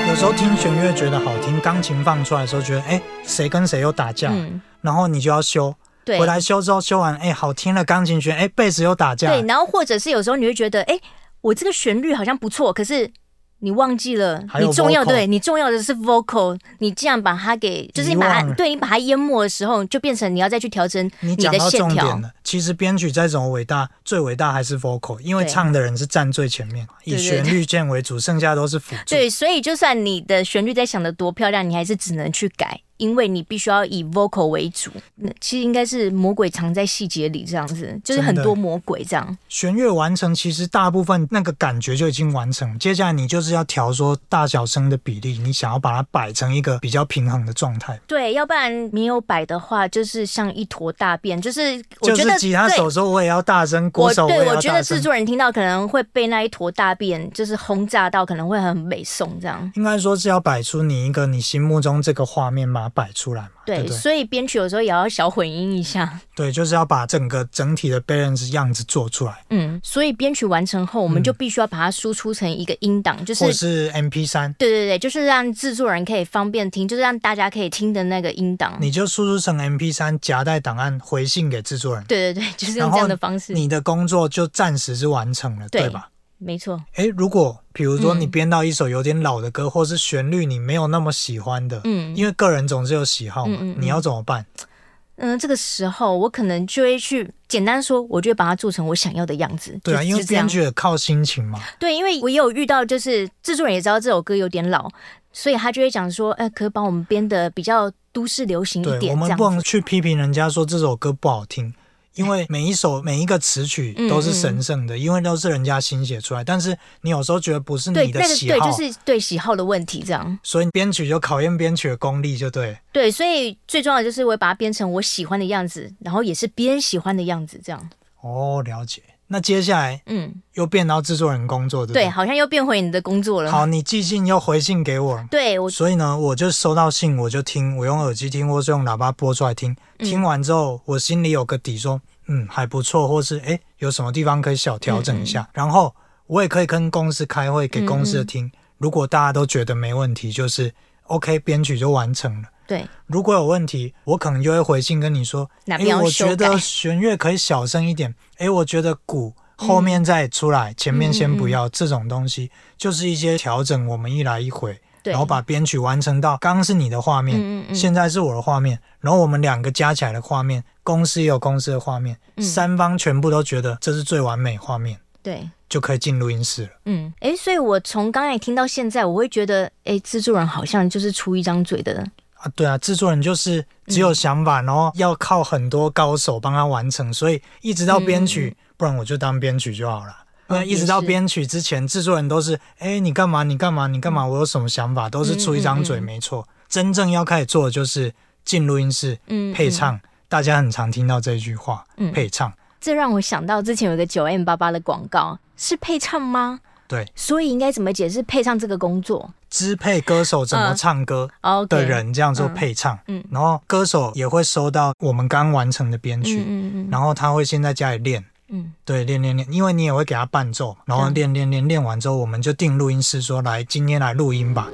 S2: 有时候听弦乐觉得好听，钢琴放出来的时候觉得，哎、谁跟谁又打架，
S3: 嗯，
S2: 然后你就要修。
S3: 对。
S2: 回来修之后修完，哎、好听了，钢琴弦，哎、贝斯又打架。
S3: 对，然后或者是有时候你会觉得，哎，我这个旋律好像不错，可是你忘记了，
S2: 还有
S3: 你重要
S2: vocal
S3: 对你重要的是 vocal，你这样把它给，就是你把
S2: 遗忘
S3: 它
S2: 了
S3: 对你把它淹没的时候，就变成你要再去调整
S2: 你讲
S3: 的
S2: 到
S3: 线
S2: 重
S3: 条
S2: 点。了，其实编曲再怎么伟大，最伟大还是 vocal，因为
S3: 对
S2: 唱的人是站最前面，以
S3: 对对
S2: 旋
S3: 对
S2: 律键为主，剩下都是辅助。
S3: 对，所以就算你的旋律在想的多漂亮，你还是只能去改，因为你必须要以 vocal 为主。嗯其实应该是魔鬼藏在细节里，这样子，就是很
S2: 真的
S3: 多魔鬼这样。
S2: 弦乐完成，其实大部分那个感觉就已经完成，接下来你就是要调说大小声的比例，你想要把它摆成一个比较平衡的状态。
S3: 对，要不然没有摆的话，就是像一坨大便。就是我
S2: 就
S3: 觉得
S2: 是吉他
S3: 对
S2: 手说我也要大声，鼓
S3: 我
S2: 手也
S3: 对我
S2: 要
S3: 觉得
S2: 大
S3: 制
S2: 声。
S3: 作人听到可能会被那一坨大便就是轰炸到，可能会很美颂这样。
S2: 应该说是要摆出你一个你心目中这个画面嘛，摆出来嘛，对
S3: 对，
S2: 不对？
S3: 所以编曲有时候也要小混音一下。
S2: 对，就是要把整个整体的 balance 样子做出来，
S3: 嗯，所以编曲完成后，我们就必须要把它输出成一个音档，就
S2: 嗯或
S3: 是。
S2: 是 MP 三，
S3: 对对对，就是让制作人可以方便听，就是让大家可以听的那个音档。
S2: 你就输出成 MP 三，夹带档案回信给制作人，
S3: 对对对， 就是
S2: 然
S3: 用这
S2: 后
S3: 样的方式。
S2: 你的工作就暂时是完成了，
S3: 对
S2: 对吧？
S3: 没错，
S2: 诶，如果比如说
S3: 嗯
S2: 你编到一首有点老的歌，或是旋律你没有那么喜欢的，
S3: 嗯
S2: 因为个人总是有喜好嘛，
S3: 嗯嗯嗯
S2: 你要怎么办？
S3: 嗯、这个时候我可能就会去简单说，我就会把它做成我想要的样子。
S2: 对啊，
S3: 就
S2: 因为
S3: 就这样
S2: 编剧也靠心情嘛，
S3: 对，因为我也有遇到，就是制作人也知道这首歌有点老，所以他就会讲说，哎、可以帮我们编的比较都市流行一
S2: 对，我
S3: 点这
S2: 们
S3: 样
S2: 不能
S3: 子。
S2: 去批评人家说这首歌不好听，因为每一首每一个词 曲
S3: 嗯
S2: 都是神圣的，因为都是人家心血出来。但是你有时候觉得不是
S3: 对
S2: 你，的
S3: 那个
S2: 喜
S3: 对
S2: 好，
S3: 就是对喜好的问题这样。
S2: 所以编曲就考验编曲的功力，就对。
S3: 对，所以最重要的就是我会把它编成我喜欢的样子，然后也是别人喜欢的样子这样。
S2: 哦，了解。那接下来
S3: 嗯，
S2: 又变到制作人工作，对不
S3: 对，好像又变回你的工作了。
S2: 好，你寄信又回信给我，
S3: 对我
S2: 所以呢，我就收到信，我就听，我用耳机听，或是用喇叭播出来听。
S3: 嗯
S2: 听完之后，我心里有个底，说，嗯，还不错，或是诶，有什么地方可以小调整一
S3: 嗯
S2: 下。然后我也可以跟公司开会，给公司的听。如果大家都觉得没问题，就是 OK，编曲就完成了。
S3: 对
S2: 如果有问题，我可能就会回信跟你说，
S3: 哪
S2: 诶
S3: 边要
S2: 我
S3: 修
S2: 觉
S3: 改
S2: 得弦乐可以小声一点，诶，我觉得鼓后面再出
S3: 嗯
S2: 来，前面先不要。这种东西就是一些调整，我们一来一回。
S3: 对，
S2: 然后把编曲完成到刚刚是你的画面，
S3: 嗯嗯嗯
S2: 现在是我的画面，然后我们两个加起来的画面，公司也有公司的画面，
S3: 嗯
S2: 三方全部都觉得这是最完美画面，
S3: 对。
S2: 就可以进录音室了。
S3: 嗯，诶，所以我从刚才听到现在，我会觉得，诶，制作人好像就是出一张嘴的，
S2: 啊，对啊，制作人就是只
S3: 嗯
S2: 有想法，然后要靠很多高手帮他完成，所以一直到编曲，不然我就当编曲就好了。
S3: 嗯哦
S2: 那一直到
S3: 也是
S2: 编曲之前，制作人都是，哎，你干嘛？你干嘛？你干嘛？
S3: 嗯
S2: 我有什么想法？都是出一张嘴，没错。真正要开始做的就是进录音室
S3: 嗯
S2: 配唱，大家很常听到这句话，配唱。
S3: 这让我想到之前有一个九 M 八八的广告，是配唱吗？
S2: 对，
S3: 所以应该怎么解释配唱这个工作
S2: 支配歌手怎么
S3: 嗯
S2: 唱歌
S3: ？OK
S2: 的人这样做
S3: 嗯
S2: 配唱，
S3: 嗯
S2: 然后歌手也会收到我们刚完成的编曲，
S3: 嗯嗯
S2: 然后他会先在家里练，
S3: 嗯
S2: 对，练练练，因为你也会给他伴奏嘛，然后
S3: 嗯
S2: 练练练练完之后，我们就定录音室说来，今天来录音吧。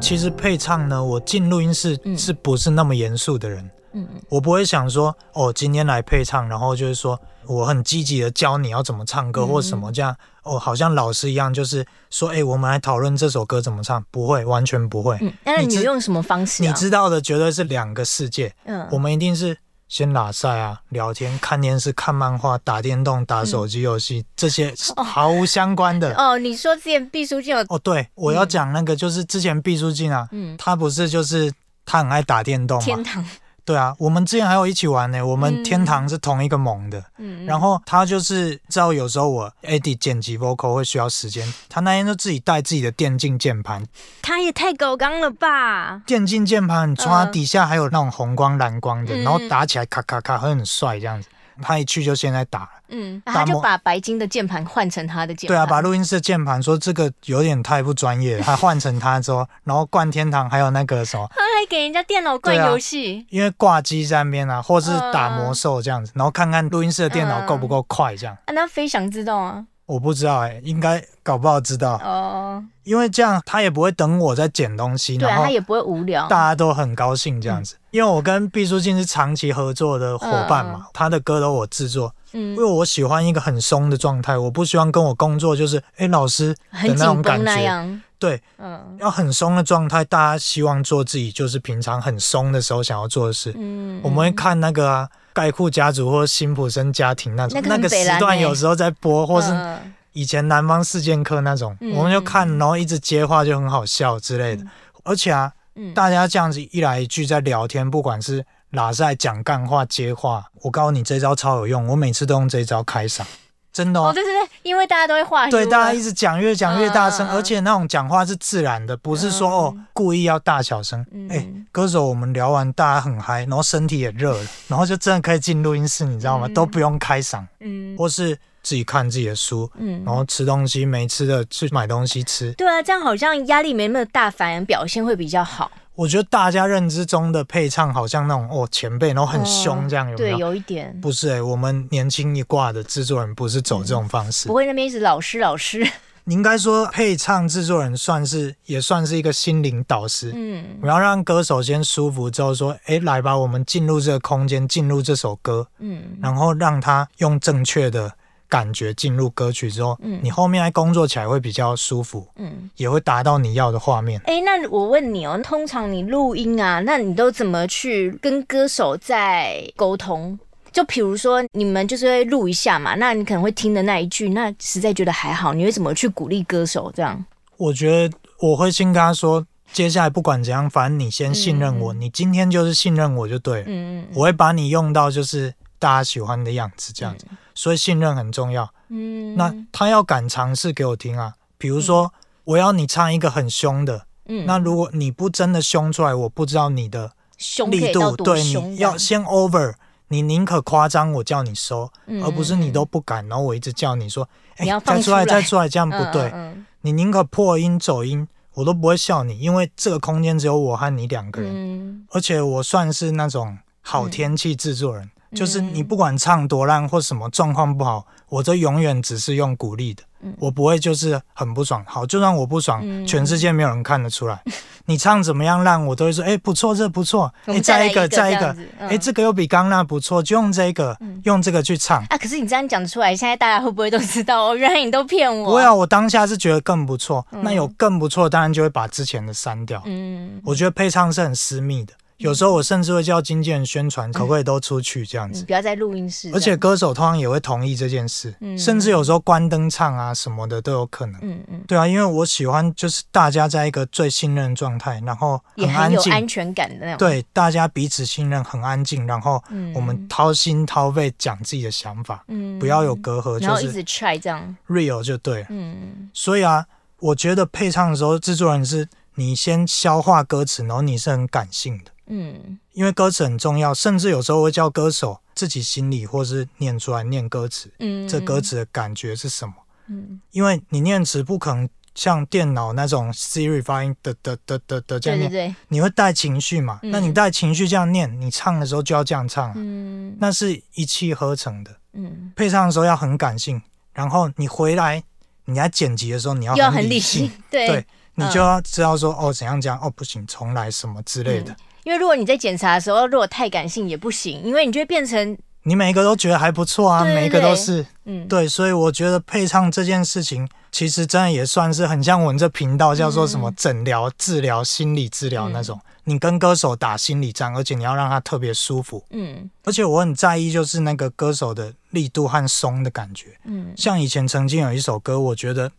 S2: 其实配唱呢，我进录音室
S3: 嗯
S2: 是不是那么严肃的人？
S3: 嗯嗯，
S2: 我不会想说哦，今天来配唱，然后就是说我很积极的教你要怎么唱歌
S3: 嗯
S2: 或什么这样，哦，好像老师一样，就是说，哎、我们来讨论这首歌怎么唱，不会，完全不会。
S3: 嗯，那
S2: 你
S3: 你
S2: 知
S3: 用什么方式、啊？
S2: 你知道的绝对是两个世界，
S3: 嗯
S2: 我们一定是先拉塞啊，聊天、看电视、看漫画、打电动、打手机游戏，这些是毫无相关的。
S3: 哦，你说之前毕书尽有
S2: 哦，对，我要讲那个就是之前毕书尽啊，
S3: 嗯
S2: 他不是就是他很爱打电动嘛
S3: 天，堂，
S2: 对啊，我们之前还有一起玩呢，我们
S3: 嗯
S2: 天堂是同一个盟的。
S3: 嗯，
S2: 然后他就是知道有时候我 Eddie 剪辑 vocal 会需要时间，他那天就自己带自己的电竞键盘，
S3: 他也太狗刚了吧？
S2: 电竞键盘你它
S3: 嗯
S2: 底下还有那种红光蓝光的，
S3: 嗯
S2: 然后打起来咔咔咔会很帅这样子。他一去就现在打了，
S3: 嗯，
S2: 大
S3: 他
S2: 漠
S3: 就把白金的键盘换成他的键
S2: 对
S3: 盘，
S2: 啊，把录音室的键盘说这个有点太不专 业了，他换成他之后，然后冠天堂还有那个什么，
S3: 他还给人家电脑灌
S2: 对啊
S3: 游戏，
S2: 因为挂机在那边啊，或是打魔兽这样子，然后看看录音室的电脑
S3: 嗯
S2: 够不够快这样。
S3: 啊，那非常知道啊，
S2: 我不知道哎、应该搞不好知道，
S3: 哦，
S2: 因为这样他也不会等我在捡东西，
S3: 对
S2: 然
S3: 啊，
S2: 后
S3: 他也不会无聊
S2: 大。家都很高兴这样
S3: 嗯
S2: 子。因为我跟毕书尽是长期合作的伙伴嘛，他的歌都我制作，
S3: 嗯
S2: 因为我喜欢一个很松的状态，我不喜欢跟我工作就是哎、诶老师的
S3: 很
S2: 那
S3: 紧
S2: 种感
S3: 绷那
S2: 觉，
S3: 样。
S2: 对，
S3: 嗯
S2: 要很松的状态，大家希望做自己就是平常很松的时候想要做的事。
S3: 嗯，
S2: 我们会看那个啊，盖库家族或辛普森家庭那种
S3: 那，个
S2: 那
S3: 很
S2: 个
S3: 北
S2: 时
S3: 蓝
S2: 段
S3: 欸
S2: 有时候在播，或是
S3: 嗯
S2: 以前南方四剑客那种，
S3: 嗯
S2: 我们就看，然后一直接话就很好笑之类的。而且啊，
S3: 嗯
S2: 大家这样子一来一去在聊天，不管是拉塞讲干话、接话，我告诉你这招超有用，我每次都用这招开场，真的
S3: 哦，
S2: 哦。
S3: 对对对，因为大家都会画
S2: 对，
S3: 书
S2: 大家
S3: 了
S2: 一直讲越讲越大声，
S3: 哎嗯嗯嗯
S2: 而且那种讲话是自然的，不是说哦故意要大小声。
S3: 嗯
S2: 哎、歌手我们聊完大家很嗨，然后身体也热 了，然后就真的可以进录音室，你知道吗？
S3: 嗯
S2: 都不用开嗓，
S3: 嗯
S2: 或是自己看自己的书，
S3: 嗯
S2: 然后吃东西没吃的去买东西吃。
S3: 对啊，这样好像压力没那么大，反而表现会比较好。
S2: 我觉得大家认知中的配唱好像那种哦前辈，然后很凶这样，有没
S3: 对，
S2: 有？
S3: 有一点
S2: 不是哎、我们年轻一挂的制作人不是走这种方式
S3: 不。会那边一直老师老师。
S2: 你应该说配唱制作人算是也算是一个心灵导师。
S3: 嗯
S2: 我要让歌手先舒服之后说，哎、来吧，我们进入这个空间，进入这首歌，
S3: 嗯
S2: 然后让他用正确的感觉进入歌曲之后，
S3: 嗯
S2: 你后面来工作起来会比较舒服，
S3: 嗯。
S2: 也会达到你要的画面。
S3: 哎，那我问你哦，通常你录音啊，那你都怎么去跟歌手在沟通？就比如说你们就是会录一下嘛，那你可能会听的那一句，那实在觉得还好，你会怎么去鼓励歌手这样？
S2: 我觉得我会先跟他说，接下来不管怎样，反正你先信任我，你今天就是信任我就对了，
S3: 嗯
S2: 我会把你用到就是大家喜欢的样子这样子，所以信任很重要。
S3: 嗯
S2: 那他要敢尝试给我听啊，比如说我要你唱一个很凶的，
S3: 嗯
S2: 那如果你不真的凶出来，我不知道你的
S3: 凶可以
S2: 力
S3: 到
S2: 度，
S3: 多
S2: 对，
S3: 凶
S2: 你
S3: 这样？
S2: 要先 over，你宁可夸张，我叫你收，
S3: 嗯
S2: 而不是你都不敢，然后我一直叫你说，哎、
S3: 你要放
S2: 再出
S3: 出来
S2: 再出来，这样不 对，
S3: 嗯
S2: 你宁可破音走音，我都不会笑你，因为这个空间只有我和你两个人，
S3: 嗯
S2: 而且我算是那种好天气制作人，就是
S3: 嗯
S2: 你不管唱多烂或什么状况不好，我都永远只是用鼓励的，
S3: 嗯
S2: 我不会就是很不爽。好，就算我不爽，全世界没有人看得出 来。你唱怎么样烂，我都会说，哎、不错，这不错，
S3: 我
S2: 哎、
S3: 们再
S2: 再
S3: 来一个
S2: 再一
S3: 这
S2: 个
S3: 样子，
S2: 哎、
S3: 嗯
S2: 这个又比刚那不错，就用这个，用这个去唱。
S3: 啊，可是你这样讲出来，现在大家会不会都知道哦？原来你都骗我。
S2: 不会啊，我当下是觉得更不错，那有更不错，当然就会把之前的删掉。
S3: 嗯，
S2: 我觉得配唱是很私密的，有时候我甚至会叫经纪人宣传，可不可以都出去这样
S3: 你
S2: 子。
S3: 不要在录音嗯室这样。
S2: 而且歌手通常也会同意这件事，
S3: 嗯
S2: 甚至有时候关灯唱啊什么的都有可能。
S3: 嗯嗯，
S2: 对啊，因为我喜欢就是大家在一个最信任的状态，然后
S3: 嗯也很
S2: 安
S3: 有
S2: 静，
S3: 安全感的那种。
S2: 对，大家彼此信任，很安静，然后
S3: 嗯
S2: 我们掏心掏肺讲自己的想法，
S3: 嗯
S2: 不要有隔阂，
S3: 然
S2: 就
S3: 后一
S2: 是
S3: 直 try 这样，
S2: real 就对了。
S3: 嗯，
S2: 所以啊，我觉得配唱的时候，制作人是你先消化歌词，然后你是很感性的。
S3: 嗯
S2: 因为歌词很重要，甚至有时候会叫歌手自己心里或是念出来念歌词，
S3: 嗯，
S2: 这歌词的感觉是什么？
S3: 嗯，
S2: 因为你念词不可能像电脑那种 Siri 发音的的的的的这
S3: 对
S2: 样
S3: 对
S2: 念，
S3: 对，
S2: 你会带情绪嘛？
S3: 嗯
S2: 那你带情绪这样念，你唱的时候就要这样唱啊、
S3: 嗯
S2: 那是一气呵成的。
S3: 嗯，
S2: 配唱的时候要很感性，然后你回来你在剪辑的时候你要
S3: 要
S2: 很
S3: 很
S2: 理
S3: 理
S2: 性
S3: 性，， 对嗯
S2: 对。你就要知道说、哦怎样讲哦不行重来什么之类的，
S3: 因为如果你在检查的时候，如果太感性也不行，因为你就会变成
S2: 你每一个都觉得还不错啊，
S3: 对对
S2: 每一个都是
S3: 嗯，
S2: 对，所以我觉得配唱这件事情，其实真的也算是很像我们这频道叫做什
S3: 嗯
S2: 么诊疗、治疗、心理治疗那种。你跟歌手打心理战，而且你要让他特别舒服。
S3: 嗯
S2: 而且我很在意就是那个歌手的力度和松的感觉。
S3: 嗯
S2: 像以前曾经有一首歌，我觉得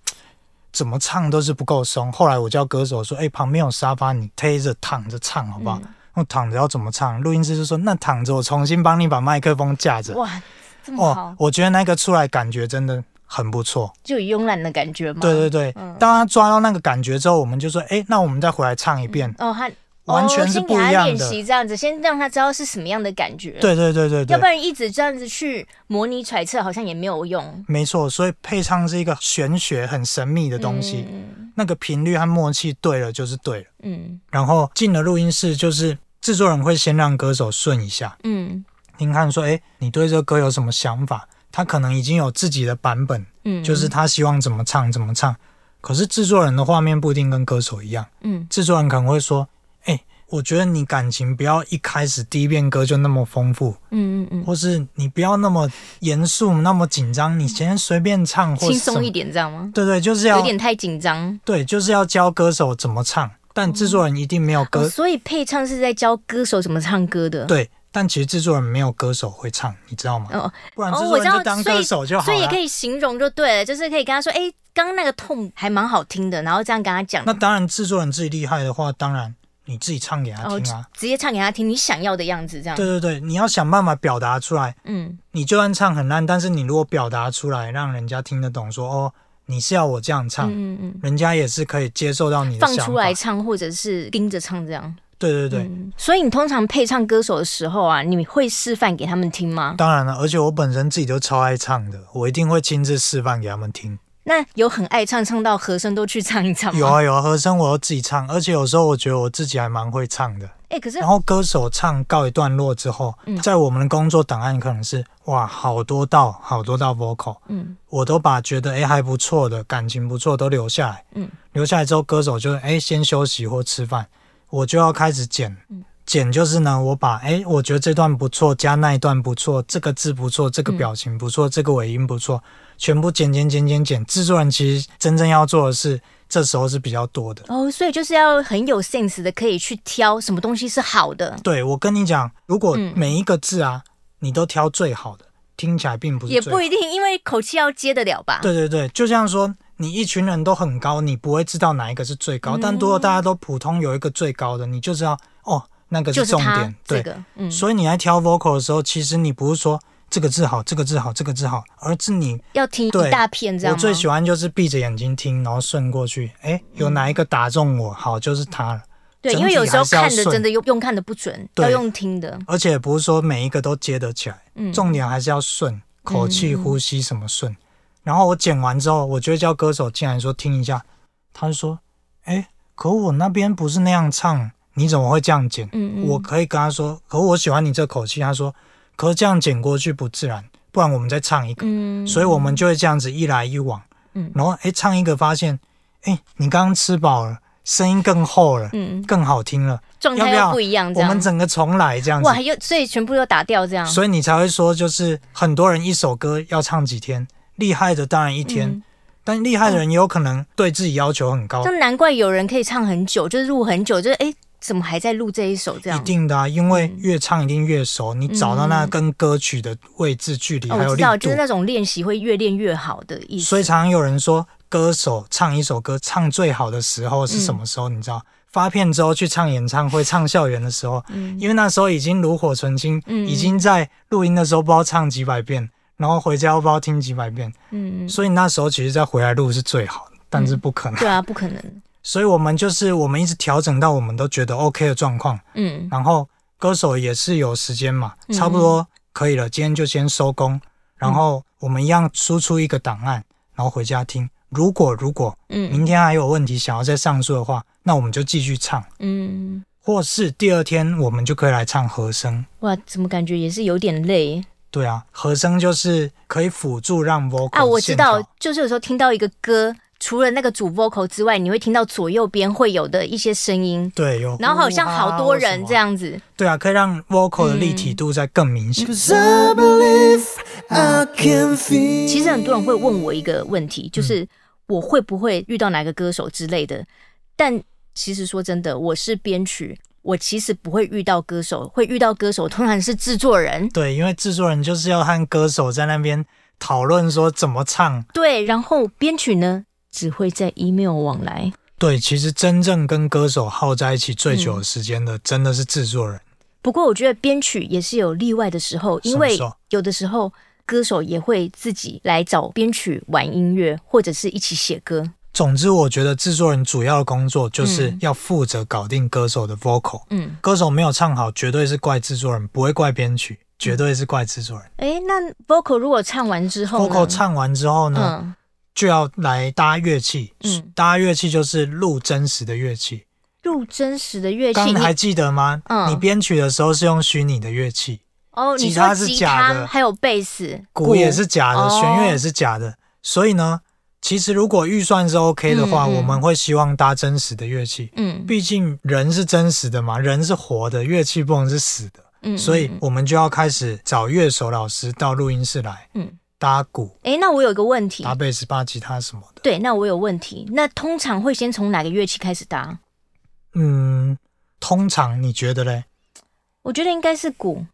S2: 怎么唱都是不够松。后来我叫歌手说：“哎、旁边有沙发，你推着躺着唱好不好？”
S3: 嗯
S2: 我躺着要怎么唱？录音师就说：“那躺着，我重新帮你把麦克风架着。”
S3: 哇，这么
S2: 哦
S3: 好，，
S2: 我觉得那个出来感觉真的很不错。
S3: 就有慵懒的感觉嘛，
S2: 对对对，
S3: 嗯
S2: 当他抓到那个感觉之后，我们就说，哎、那我们再回来唱一遍。
S3: 哦，他
S2: 完全是
S3: 哦先
S2: 不
S3: 给他
S2: 一样
S3: 练
S2: 的
S3: 习这样子，先让他知道是什么样的感觉，，
S2: 对对对对
S3: 要
S2: 对，
S3: 不然一直这样子去模拟揣测，好像也没有用。
S2: 没错。所以配唱是一个玄学、很神秘的东西，
S3: 嗯
S2: 那个频率和默契对了就是对了。
S3: 嗯
S2: 然后进了录音室，就是制作人会先让歌手顺一下，
S3: 嗯
S2: 听看说，哎、你对这个歌有什么想法？他可能已经有自己的版本，
S3: 嗯，
S2: 就是他希望怎么唱怎么唱。可是制作人的画面不一定跟歌手一样，
S3: 嗯
S2: 制作人可能会说：“哎、我觉得你感情不要一开始第一遍歌就那么丰富，
S3: 嗯嗯嗯，
S2: 或是你不要那么严肃、那么紧张，你先随便唱，或
S3: 轻
S2: 是什
S3: 松
S2: 么
S3: 一点，这样吗？
S2: 对对，就是
S3: 有
S2: 要
S3: 点太紧张、
S2: 对，就是要教歌手怎么唱。但制作人一定没有歌、
S3: 哦，所以配唱是在教歌手怎么唱歌的。
S2: 对，但其实制作人没有歌手会唱，你知道吗？
S3: 哦，
S2: 不然制
S3: 哦，
S2: 作
S3: 我知
S2: 人
S3: 道
S2: 就，当
S3: 所
S2: 歌
S3: 以
S2: 手就好
S3: 所以也
S2: 了
S3: 可。以形容就对了，就是可以跟他说，哎、刚刚那个痛还蛮好听的，然后这样跟他讲，
S2: 那当然，制作人自己厉害的话，当然你自己唱给他
S3: 哦
S2: 听啊。
S3: 直接唱给他听你想要的样子，这样
S2: 对，对对，你要想办法表达出来。
S3: 嗯
S2: 你就算唱很烂，但是你如果表达出来，让人家听得懂说哦，你是要我这样
S3: 嗯
S2: 唱，
S3: 嗯嗯，
S2: 人家也是可以接受到你的
S3: 放
S2: 想法。
S3: 出来唱或者是盯着唱这样。
S2: 对对对，
S3: 嗯，所以你通常配唱歌手的时候啊，你会示范给他们听吗？
S2: 当然了，而且我本身自己就超爱唱的，我一定会亲自示范给他们听。
S3: 那有很爱唱，唱到和声都去唱一唱吗？
S2: 有啊有啊，和声我要自己唱，而且有时候我觉得我自己还蛮会唱的。
S3: 哎、可是嗯
S2: 然后歌手唱告一段落之后，在我们的工作档案可能是哇，好多道好多道 vocal，
S3: 嗯
S2: 我都把觉得哎还不错的感情不错都留下来，
S3: 嗯，
S2: 留下来之后歌手就哎先休息或吃饭，我就要开始剪，
S3: 嗯
S2: 剪就是呢我把哎我觉得这段不错加那一段不错，这个字不错，这
S3: 嗯
S2: 个表情不错，这个尾音不错，全部剪剪剪剪剪。制作人其实真正要做的是，这时候是比较多的。
S3: 哦，所以就是要很有 sense 的，可以去挑什么东西是好的，
S2: 对我跟你讲，如果
S3: 嗯
S2: 每一个字啊你都挑最好的，听起来并不是
S3: 也
S2: 最
S3: 不一定，因为口气要接得了吧？
S2: 对对对，就像说你一群人都很高，你不会知道哪一个是最
S3: 嗯
S2: 高，但如果大家都普通有一个最高的，你就知道哦，那个
S3: 就是是
S2: 重
S3: 他
S2: 点。
S3: 这
S2: 对，
S3: 个，嗯，
S2: 所以你来挑 vocal 的时候，其实你不是说这个字好，这个字好，这个字好，而是你
S3: 要听一
S2: 对
S3: 大片这样
S2: 我
S3: 吗
S2: 最喜欢就是闭着眼睛听，然后顺过去，哎，有哪一个打中我，好就是它了。
S3: 对，
S2: 整
S3: 因为
S2: 体
S3: 有时候
S2: 还是要
S3: 看的
S2: 顺
S3: 真的用用看的不准，
S2: 对
S3: 要用听的，
S2: 而且不是说每一个都接得起来，
S3: 嗯
S2: 重点还是要顺，口气、呼吸什么顺。然后我剪完之后，我就会叫歌手进来说听一下，他就说：“哎、可我那边不是那样唱，你怎么会这样剪？”
S3: 嗯嗯
S2: 我可以跟他说：“可我喜欢你这口气。”他说：“可是这样剪过去不自然，不然我们再唱一个。
S3: 嗯，
S2: 所以我们就会这样子一来一往，
S3: 嗯
S2: 然后哎、唱一个发现，哎、你刚刚吃饱了，声音更厚了，
S3: 嗯
S2: 更好听了，
S3: 状
S2: 要
S3: 态
S2: 不
S3: 又
S2: 要
S3: 不一样，
S2: 我
S3: 这样
S2: 们整个重来这样子。
S3: 哇，又所以全部都打掉这样，
S2: 所以你才会说，就是很多人一首歌要唱几天，厉害的当然一天，
S3: 嗯
S2: 但厉害的人也有可能对自己要求很高，
S3: 就难怪有人可以唱很久，就是录很久，就是哎、诶怎么还在录这一首这
S2: 一
S3: 样？
S2: 定的啊，因
S3: 嗯
S2: 为越唱一定越熟，你找到那跟歌曲的位置、距离
S3: 哦，
S2: 还有
S3: 我知
S2: 力
S3: 道，
S2: 度
S3: 就是，那种练习会越练越好的意思。
S2: 所以常常有人说，歌手唱一首歌唱最好的时候是什么时候？
S3: 嗯
S2: 你知道？发片之后去唱演唱会、唱校园的时候，因为那时候已经炉火纯青，
S3: 嗯
S2: 已经在录音的时候不知道唱几百遍，然后回家又不知道听几百遍，
S3: 嗯，
S2: 所以那时候其实再回来录是最好的，但是不可能。
S3: 对啊，不可能。
S2: 所以我们就是我们一直调整到我们都觉得 OK 的状况，
S3: 嗯，
S2: 然后歌手也是有时间嘛，差不多可以了，今天就先收工，
S3: 嗯
S2: 然后我们一样输出一个档案，然后回家听。如果如果
S3: 嗯
S2: 明天还有问题想要再上诉的话，那我们就继续唱，
S3: 嗯，
S2: 或是第二天我们就可以来唱和声。
S3: 哇，怎么感觉也是有点累
S2: 对啊，和声就是可以辅助让 vocal
S3: 啊？我知
S2: 线条
S3: 道，就是有时候听到一个歌，除了那个主 vocal 之外，你会听到左右边会有的一些声音，
S2: 对，有
S3: 然后好像
S2: 呼啊
S3: 好多人这。
S2: 或什么
S3: 样嗯子。
S2: 对啊，可以让 vocal 的立体度再更明显。
S4: Cause I believe I can feel。
S3: 其实很多人会问我一个问题，
S2: 嗯
S3: 就是我会不会遇到哪个歌手之类的？但其实说真的，我是编曲，我其实不会遇到歌手，会遇到歌手通常是制作人。
S2: 对，因为制作人就是要和歌手在那边讨论说怎么唱。
S3: 对，然后编曲呢，只会在 email 往来。
S2: 对，其实真正跟歌手耗在一起最久
S3: 嗯
S2: 的时间的，真的是制作人。
S3: 不过我觉得编曲也是有例外的时候，因
S2: 什么
S3: 为
S2: 时候
S3: 有的时候歌手也会自己来找编曲玩音乐，或者是一起写歌。
S2: 总之，我觉得制作人主要的工作就是要负责搞定歌手的 vocal。
S3: 嗯，
S2: 歌手没有唱好，绝对是怪制作人，不会怪编曲，
S3: 嗯
S2: 绝对是怪制作人。
S3: 诶，那 vocal 如果唱完之后呢
S2: vocal 唱完之后呢，
S3: 嗯
S2: 就要来搭乐器。
S3: 嗯
S2: 搭乐器就是录真实的乐器。
S3: 入真实的乐器，
S2: 刚
S3: 你
S2: 还记得吗？
S3: 嗯
S2: 你编曲的时候是用虚拟的乐器，
S3: 哦，你
S2: 吉
S3: 说
S2: 他是
S3: 吉
S2: 假
S3: 他
S2: 的
S3: 还有贝斯，
S2: 鼓也是假的，
S3: 哦
S2: 弦乐也是假的。所以呢，其实如果预算是 OK 的话，
S3: 嗯嗯
S2: 我们会希望搭真实的乐器。
S3: 嗯
S2: 毕竟人是真实的嘛，人是活的，乐器不能是死的，
S3: 嗯，
S2: 所以
S3: 嗯
S2: 我们就要开始找乐手老师到录音室来
S3: 嗯，
S2: 搭鼓、
S3: 哎、诶那我有个问题
S2: 搭，贝斯、搭吉他什么的。
S3: 对，那我有问题，那通常会先从哪个乐器开始搭？
S2: 嗯，通常你觉得嘞？
S3: 我觉得应该是鼓，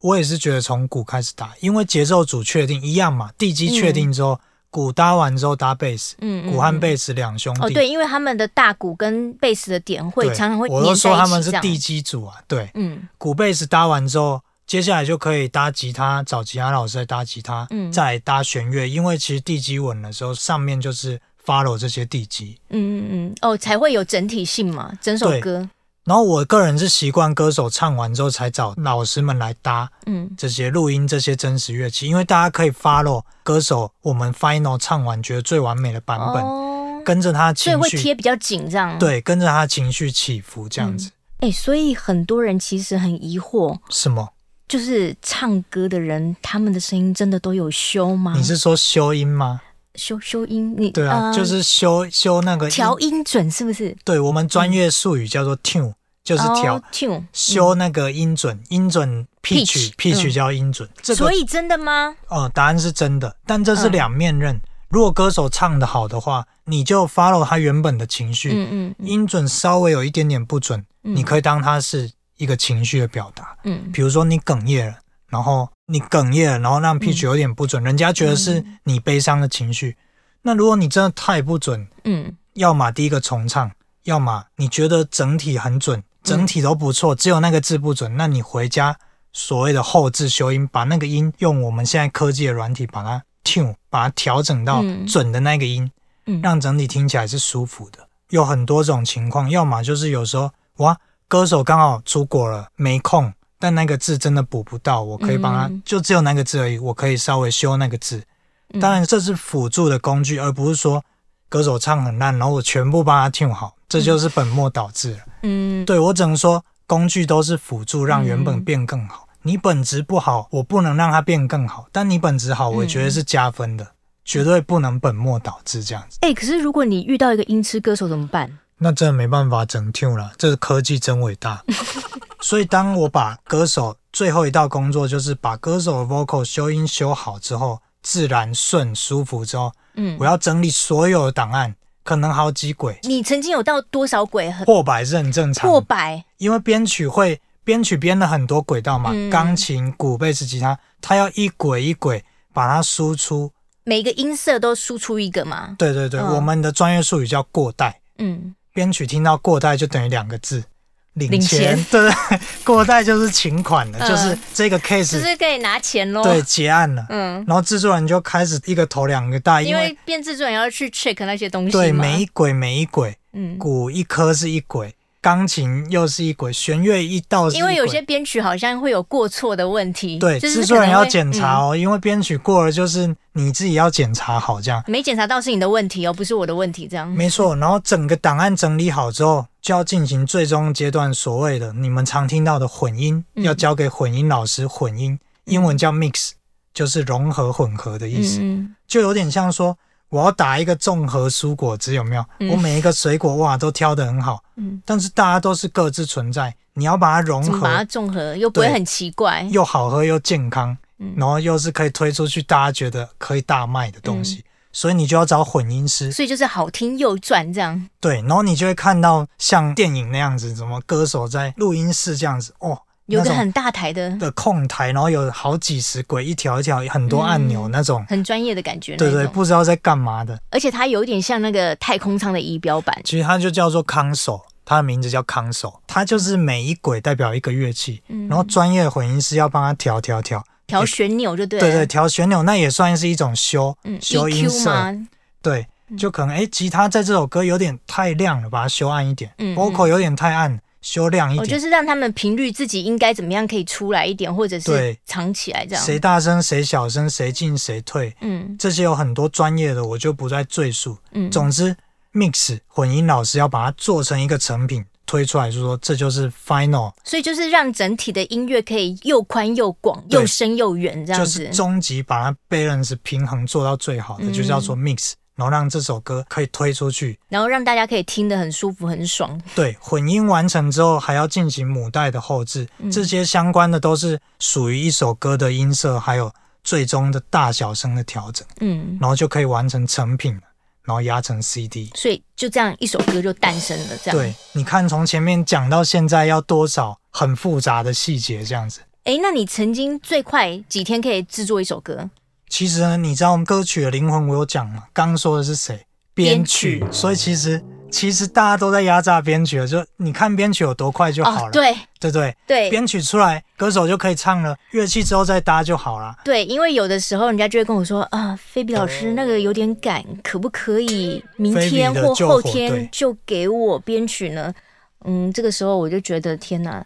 S2: 我也是觉得从鼓开始搭，因为节奏组确定一样嘛，地基确定之后，鼓搭完之后搭贝斯，
S3: 嗯，嗯
S2: 鼓和贝
S3: 斯。
S2: 斯两兄弟。
S3: 哦，对，因为他们的大鼓跟贝斯的点会
S2: 嗯对
S3: 常常会
S2: 我
S3: 粘
S2: 都
S3: 在
S2: 说
S3: 一
S2: 他
S3: 起
S2: 们是
S3: 这样
S2: 地基组啊，对，
S3: 嗯
S2: 鼓贝斯搭完之后，接下来就可以搭吉他，找吉他老师来搭吉他，
S3: 嗯
S2: 再搭弦乐，因为其实地基稳的时候，上面就是 follow 这些地基。
S3: 嗯嗯嗯，哦，才会有整体性嘛，整首
S2: 对
S3: 歌，
S2: 然后我个人是习惯歌手唱完之后才找老师们来搭
S3: 嗯
S2: 这些录音这些真实乐器，因为大家可以 follow 歌手我们 final 唱完觉得最完美的版本，
S3: 哦，
S2: 跟着他
S3: 所以
S2: 情
S3: 会贴
S2: 绪，
S3: 比较紧这样。，
S2: 对，跟着他情绪起伏这样子。
S3: 哎、所以很多人其实很疑惑，
S2: 什么？
S3: 就是唱歌的人，他们的声音真的都有修吗？
S2: 你是说修音吗？
S3: 修修音？你
S2: 对啊，
S3: 呃
S2: 就是修修那个音
S3: 调音准是不是？
S2: 对我们专业术语叫做 tune，、就是调、
S3: 哦 tune
S2: 修那个音准，音准
S3: Pitch，
S2: pitch pitch
S3: 嗯
S2: 叫音准。这个
S3: 所以真的吗？
S2: 呃，答案是真的，但这是
S3: 嗯
S2: 两面刃。如果歌手唱的好的话，你就 follow 他原本的情绪，
S3: 嗯嗯嗯
S2: 音准稍微有一点点不准，
S3: 嗯
S2: 你可以当它是一个情绪的表达。
S3: 嗯
S2: 比如说你哽咽了，然后你哽咽了，然后让
S3: 嗯
S2: pitch 有点不准，人家觉得是你悲伤的情绪。那如果你真的太不准，
S3: 嗯
S2: 要么第一个重唱，要么你觉得整体很准，整体都不错，只有那个字不准，那你回家所谓的后置修音，把那个音用我们现在科技的软体把它 tune，把它调整到
S3: 嗯
S2: 准的那个音，
S3: 嗯，
S2: 让整体听起来是舒服的。有很多种情况，要么就是有时候哇，歌手刚好出国了没空，但那个字真的补不到，我可以帮他，
S3: 嗯
S2: 就只有那个字而已，我可以稍微修那个字。当然，这是辅助的工具，而不是说歌手唱很烂，然后我全部帮他听好，这就是本末倒置了。
S3: 嗯
S2: 对我只能说，工具都是辅助，让原本变更好。你本质不好，我不能让它变更好；但你本质好，我觉
S3: 嗯
S2: 得是加分的，绝对不能本末倒置这样子。
S3: 哎、可是如果你遇到一个音痴歌手怎么办？
S2: 那真的没办法整 tune 了，这是科技真伟 大。所以当我把歌手最后一道工作就是把歌手的 vocal 修音修好之后，自然顺舒服之后，
S3: 嗯
S2: 我，要整理所有的档案，可能好几轨，
S3: 你曾经有到多少轨很
S2: 破百是很正常的。
S3: 破百？
S2: 因为编曲会编曲编了很多轨道嘛
S3: 嗯，
S2: 钢、琴、鼓、贝斯、吉他，它要一轨一轨把它输出。
S3: 每个音色都输出一个嘛？
S2: 对对对，
S3: 嗯
S2: 我们的专业术语叫过带。
S3: 嗯，
S2: 编曲听到过带就等于两个字，领
S3: 领
S2: 钱。
S3: 钱
S2: 对 对，过带就是请款的，
S3: 嗯
S2: 就是这个
S3: 就
S2: case
S3: 是可以拿钱喽。
S2: 对，结案了。
S3: 嗯，
S2: 然后制作人就开始一个头两个大，
S3: 因
S2: 因
S3: 为
S2: 为
S3: 变制作人要去 check 那些东西
S2: 对
S3: 嘛
S2: 每一轨每一轨，
S3: 嗯，
S2: 鼓一颗是一轨，钢琴又是一轨，弦乐一道是一
S3: 因为有
S2: 轨
S3: 些编曲好像会有过错的问题，
S2: 对，
S3: 就是
S2: 制
S3: 可
S2: 作
S3: 能
S2: 人要
S3: 会
S2: 检查、
S3: 嗯
S2: 哦，因为编曲过了就是你自己要检查好这样，
S3: 没检查到是你的问题哦，不是我的问题，这样。
S2: 没错。然后整个档案整理好之后，就要进行最终阶段所谓的你们常听到的混音，
S3: 嗯
S2: 要交给混音老师混音，英文叫 mix，就是融合混合的意思，
S3: 嗯
S2: 就有点像说。我要打一个综合蔬果汁，有没有？
S3: 嗯
S2: 我每一个水果哇都挑得很好，
S3: 嗯
S2: 但是大家都是各自存在，你要把它融
S3: 嗯，怎么把它
S2: 合，
S3: 综合又不会
S2: 对
S3: 很奇怪？
S2: 又好喝又健康，
S3: 嗯
S2: 然后又是可以推出去，大家觉得可以大卖的东
S3: 嗯
S2: 西，所以你就要找混音师，
S3: 所以就是好听又赚这样。
S2: 对，然后你就会看到像电影那样子，什么歌手在录音室这样子，哦，
S3: 有个
S2: 那种
S3: 很大台的、
S2: 的控台，然后有好几十轨，一条一条很多按钮
S3: 嗯
S2: 那种，
S3: 很专业的感觉，
S2: 对对，，不知道在干嘛的，
S3: 而且它有一点像那个太空舱的仪表板，
S2: 其实它就叫做康手。它的名字叫康手，它就是每一轨代表一个乐器，
S3: 嗯
S2: 然后专业的混音师要帮他调调调，
S3: 调旋钮就对了，
S2: 对对，调旋钮那也算是一种修、
S3: 嗯
S2: 修音
S3: ，EQ
S2: 色，
S3: 吗？嗯
S2: 对，就可能诶，吉他在这首歌有点太亮了，把它修暗一点、
S3: 嗯
S2: v o c a l 有点太暗，修亮一
S3: 哦我就
S2: 点。
S3: 是让他们频率自己应该怎么样可以出来一点，或者是
S2: 对
S3: 藏起来这样。
S2: 谁大声谁小声，谁进谁退，
S3: 嗯
S2: 这些有很多专业的，我就不再赘述。
S3: 嗯，
S2: 总之，mix 混音老师要把它做成一个成品，推出来，就说这就是 final，
S3: 所以就是让整体的音乐可以又宽又广、
S2: 对
S3: 又深又圆这样
S2: 就
S3: 子。嗯
S2: 是终极把它 balance 平衡做到最好的，就叫做 mix，然后让这首歌可以推出去。
S3: 然后让大家可以听得很舒服、很爽。
S2: 对，混音完成之后还要进行母带的后置，
S3: 嗯
S2: 这些相关的都是属于一首歌的音色，还有最终的大小声的调整，
S3: 嗯，
S2: 然后就可以完成成品了，然后压成 CD。
S3: 所以就这样一首歌就诞生了。这样，
S2: 对，你看从前面讲到现在要多少很复杂的细节这样子。
S3: 哎，那你曾经最快几天可以制作一首歌？
S2: 其实呢，你知道我们歌曲的灵魂，我有讲嘛，刚说的是谁？编曲
S3: 编。曲
S2: 所以其实其实大家都在压榨编曲了，就你看编曲有多快就好了，
S3: 啊哦对
S2: 对不对？
S3: 对
S2: 编曲出来，歌手就可以唱了，乐器之后再搭就好了。
S3: 对，因为有的时候人家就会跟我说啊，菲比老师那个有点赶，可不可以明天
S2: 哦菲比的
S3: 或
S2: 救火
S3: 后
S2: 队
S3: 天就给我编曲呢？嗯，这个时候我就觉得天哪，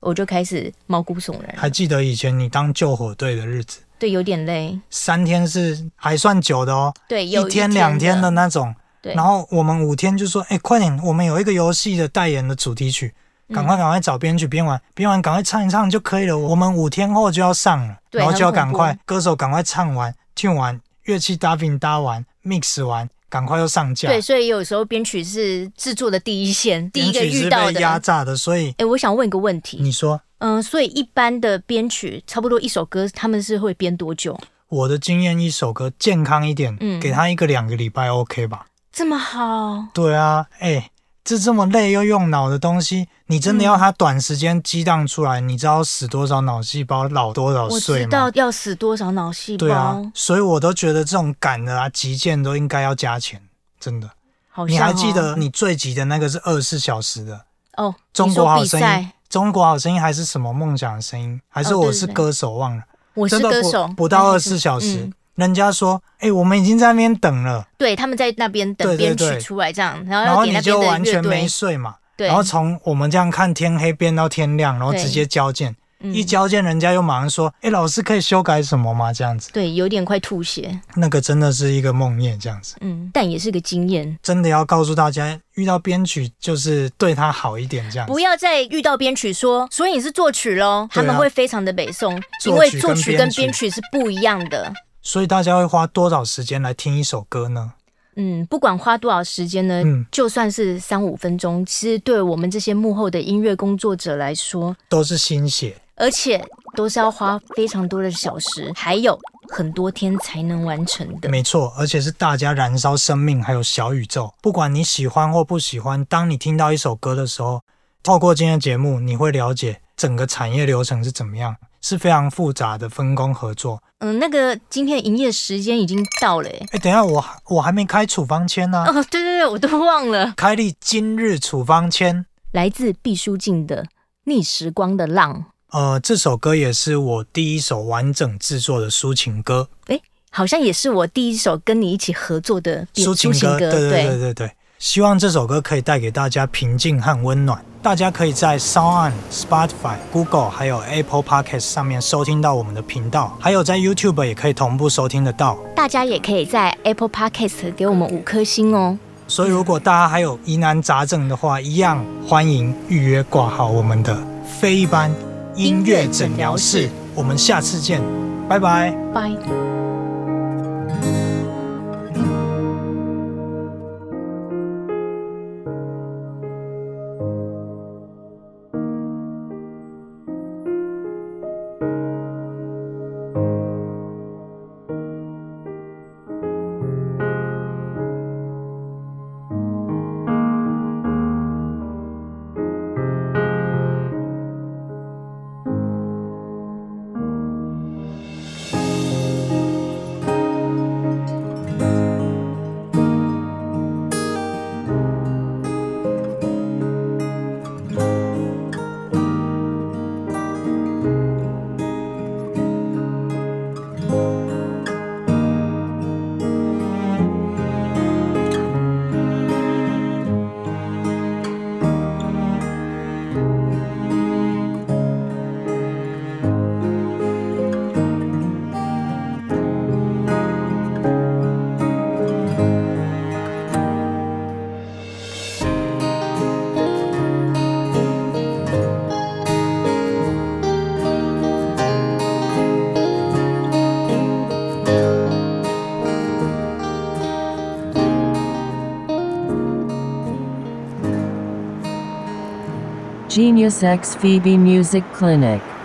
S3: 我就开始毛骨悚然，
S2: 还记得以前你当救火队的日子，
S3: 对，有点累，
S2: 三天是还算久的哦，
S3: 对，
S2: 一
S3: 有
S2: 天两天的
S3: 的，
S2: 那种。
S3: 对，
S2: 然后我们五天就说，哎、快点，我们有一个游戏的代言的主题曲，
S3: 嗯
S2: 赶快赶快找编曲编完，编完赶快唱一唱就可以了。我们五天后就要上了，
S3: 对
S2: 然后就要赶
S3: 很
S2: 快
S3: 恐
S2: 歌手赶快唱完、听完，乐器搭饼搭完、mix 完，赶快又上架。
S3: 对，所以有时候编曲是制作的第一线，第一个
S2: 编曲
S3: 遇
S2: 是
S3: 到
S2: 被压
S3: 的。
S2: 榨的，所以
S3: 哎，我想问一个问题，
S2: 你说
S3: 嗯，所以一般的编曲，差不多一首歌，他们是会编多久？
S2: 我的经验，一首歌健康一点，
S3: 嗯
S2: 给他一个两个礼拜 OK 吧？
S3: 这么好，
S2: 对啊，哎、这这么累又用脑的东西，你真的
S3: 嗯
S2: 要它短时间激荡出来，你知道死多少脑细胞、老多少
S3: 我
S2: 岁
S3: 知
S2: 吗？
S3: 道要死多少脑细
S2: 对啊
S3: 胞，，
S2: 所以我都觉得这种赶的啊、急件都应该要加钱，真的。
S3: 好
S2: 你
S3: 像
S2: 还
S3: 哦
S2: 记得你最急的那个是二十四小时的
S3: 哦？
S2: 中国好
S3: 你说
S2: 声
S3: 比
S2: 音
S3: 赛，，
S2: 中国好声音还是什么梦想的声音，还是
S3: 哦
S2: 我
S3: 对
S2: 是
S3: 对对
S2: 歌手忘了，
S3: 我是
S2: 真的
S3: 歌
S2: 不
S3: 手，
S2: 不到二
S3: 还
S2: 十
S3: 是
S2: 四小时
S3: 嗯，
S2: 人家说，哎、我们已经在那边等了，
S3: 对，他们在那边
S2: 对对
S3: 等编
S2: 对
S3: 曲出来，这样，然
S2: 然
S3: 后
S2: 后
S3: 要给
S2: 你
S3: 那
S2: 就完
S3: 边的乐
S2: 全没
S3: 队，
S2: 睡嘛，
S3: 对
S2: 然后从我们这样看天黑变到天亮，然后
S3: 对
S2: 直接交件，
S3: 嗯
S2: 一交件人家又马上说，哎、老师可以修改什么吗？这样子，
S3: 对，有点快吐血，
S2: 那个真的是一个梦魇，这样子。
S3: 嗯，但也是个经验。
S2: 真的要告诉大家，遇到编曲就是对他好一点这样子
S3: 不。要再遇到编曲说，所以你是作曲喽，他
S2: 对啊
S3: 们会非常的北宋，
S2: 作
S3: 因为
S2: 曲
S3: 作
S2: 跟
S3: 曲
S2: 编
S3: 跟
S2: 曲
S3: 编曲是不一样的。
S2: 所以大家会花多少时间来听一首歌呢？
S3: 嗯，不管花多少时间呢，
S2: 嗯
S3: 就算是三五分钟，其实对我们这些幕后的音乐工作者来说，
S2: 都是心血，
S3: 而且都是要花非常多的小时，还有很多天才能完成的。
S2: 没错，而且是大家燃烧生命还有小宇宙。不管你喜欢或不喜欢，当你听到一首歌的时候，透过今天的节目，你会了解整个产业流程是怎么样，是非常复杂的分工合作。
S3: 嗯，那个今天的营业时间已经到了、欸，
S2: 哎，等一下我我还没开处方签呢、
S3: 哦，对对对，我都忘了，
S2: 开立今日处方签。
S3: 来自毕书尽的《逆时光的浪》。
S2: 呃，这首歌也是我第一首完整制作的抒情歌，
S3: 诶，好像也是我第一首跟你一起合作的
S2: 抒情歌，对对对对对。希望这首歌可以带给大家平静和温暖。大家可以在 Sound、Spotify、Google 还有 Apple Podcast 上面收听到我们的频道，还有在 YouTube 也可以同步收听得到。
S3: 大家也可以在 Apple Podcast 给我们五颗星哦。
S2: 所以，如果大家还有疑难杂症的话，一样欢迎预约挂号我们的非一般音乐诊疗室。我们下次见，拜拜。
S3: 拜。
S5: 我 Genius X Phoebe Music Clinic.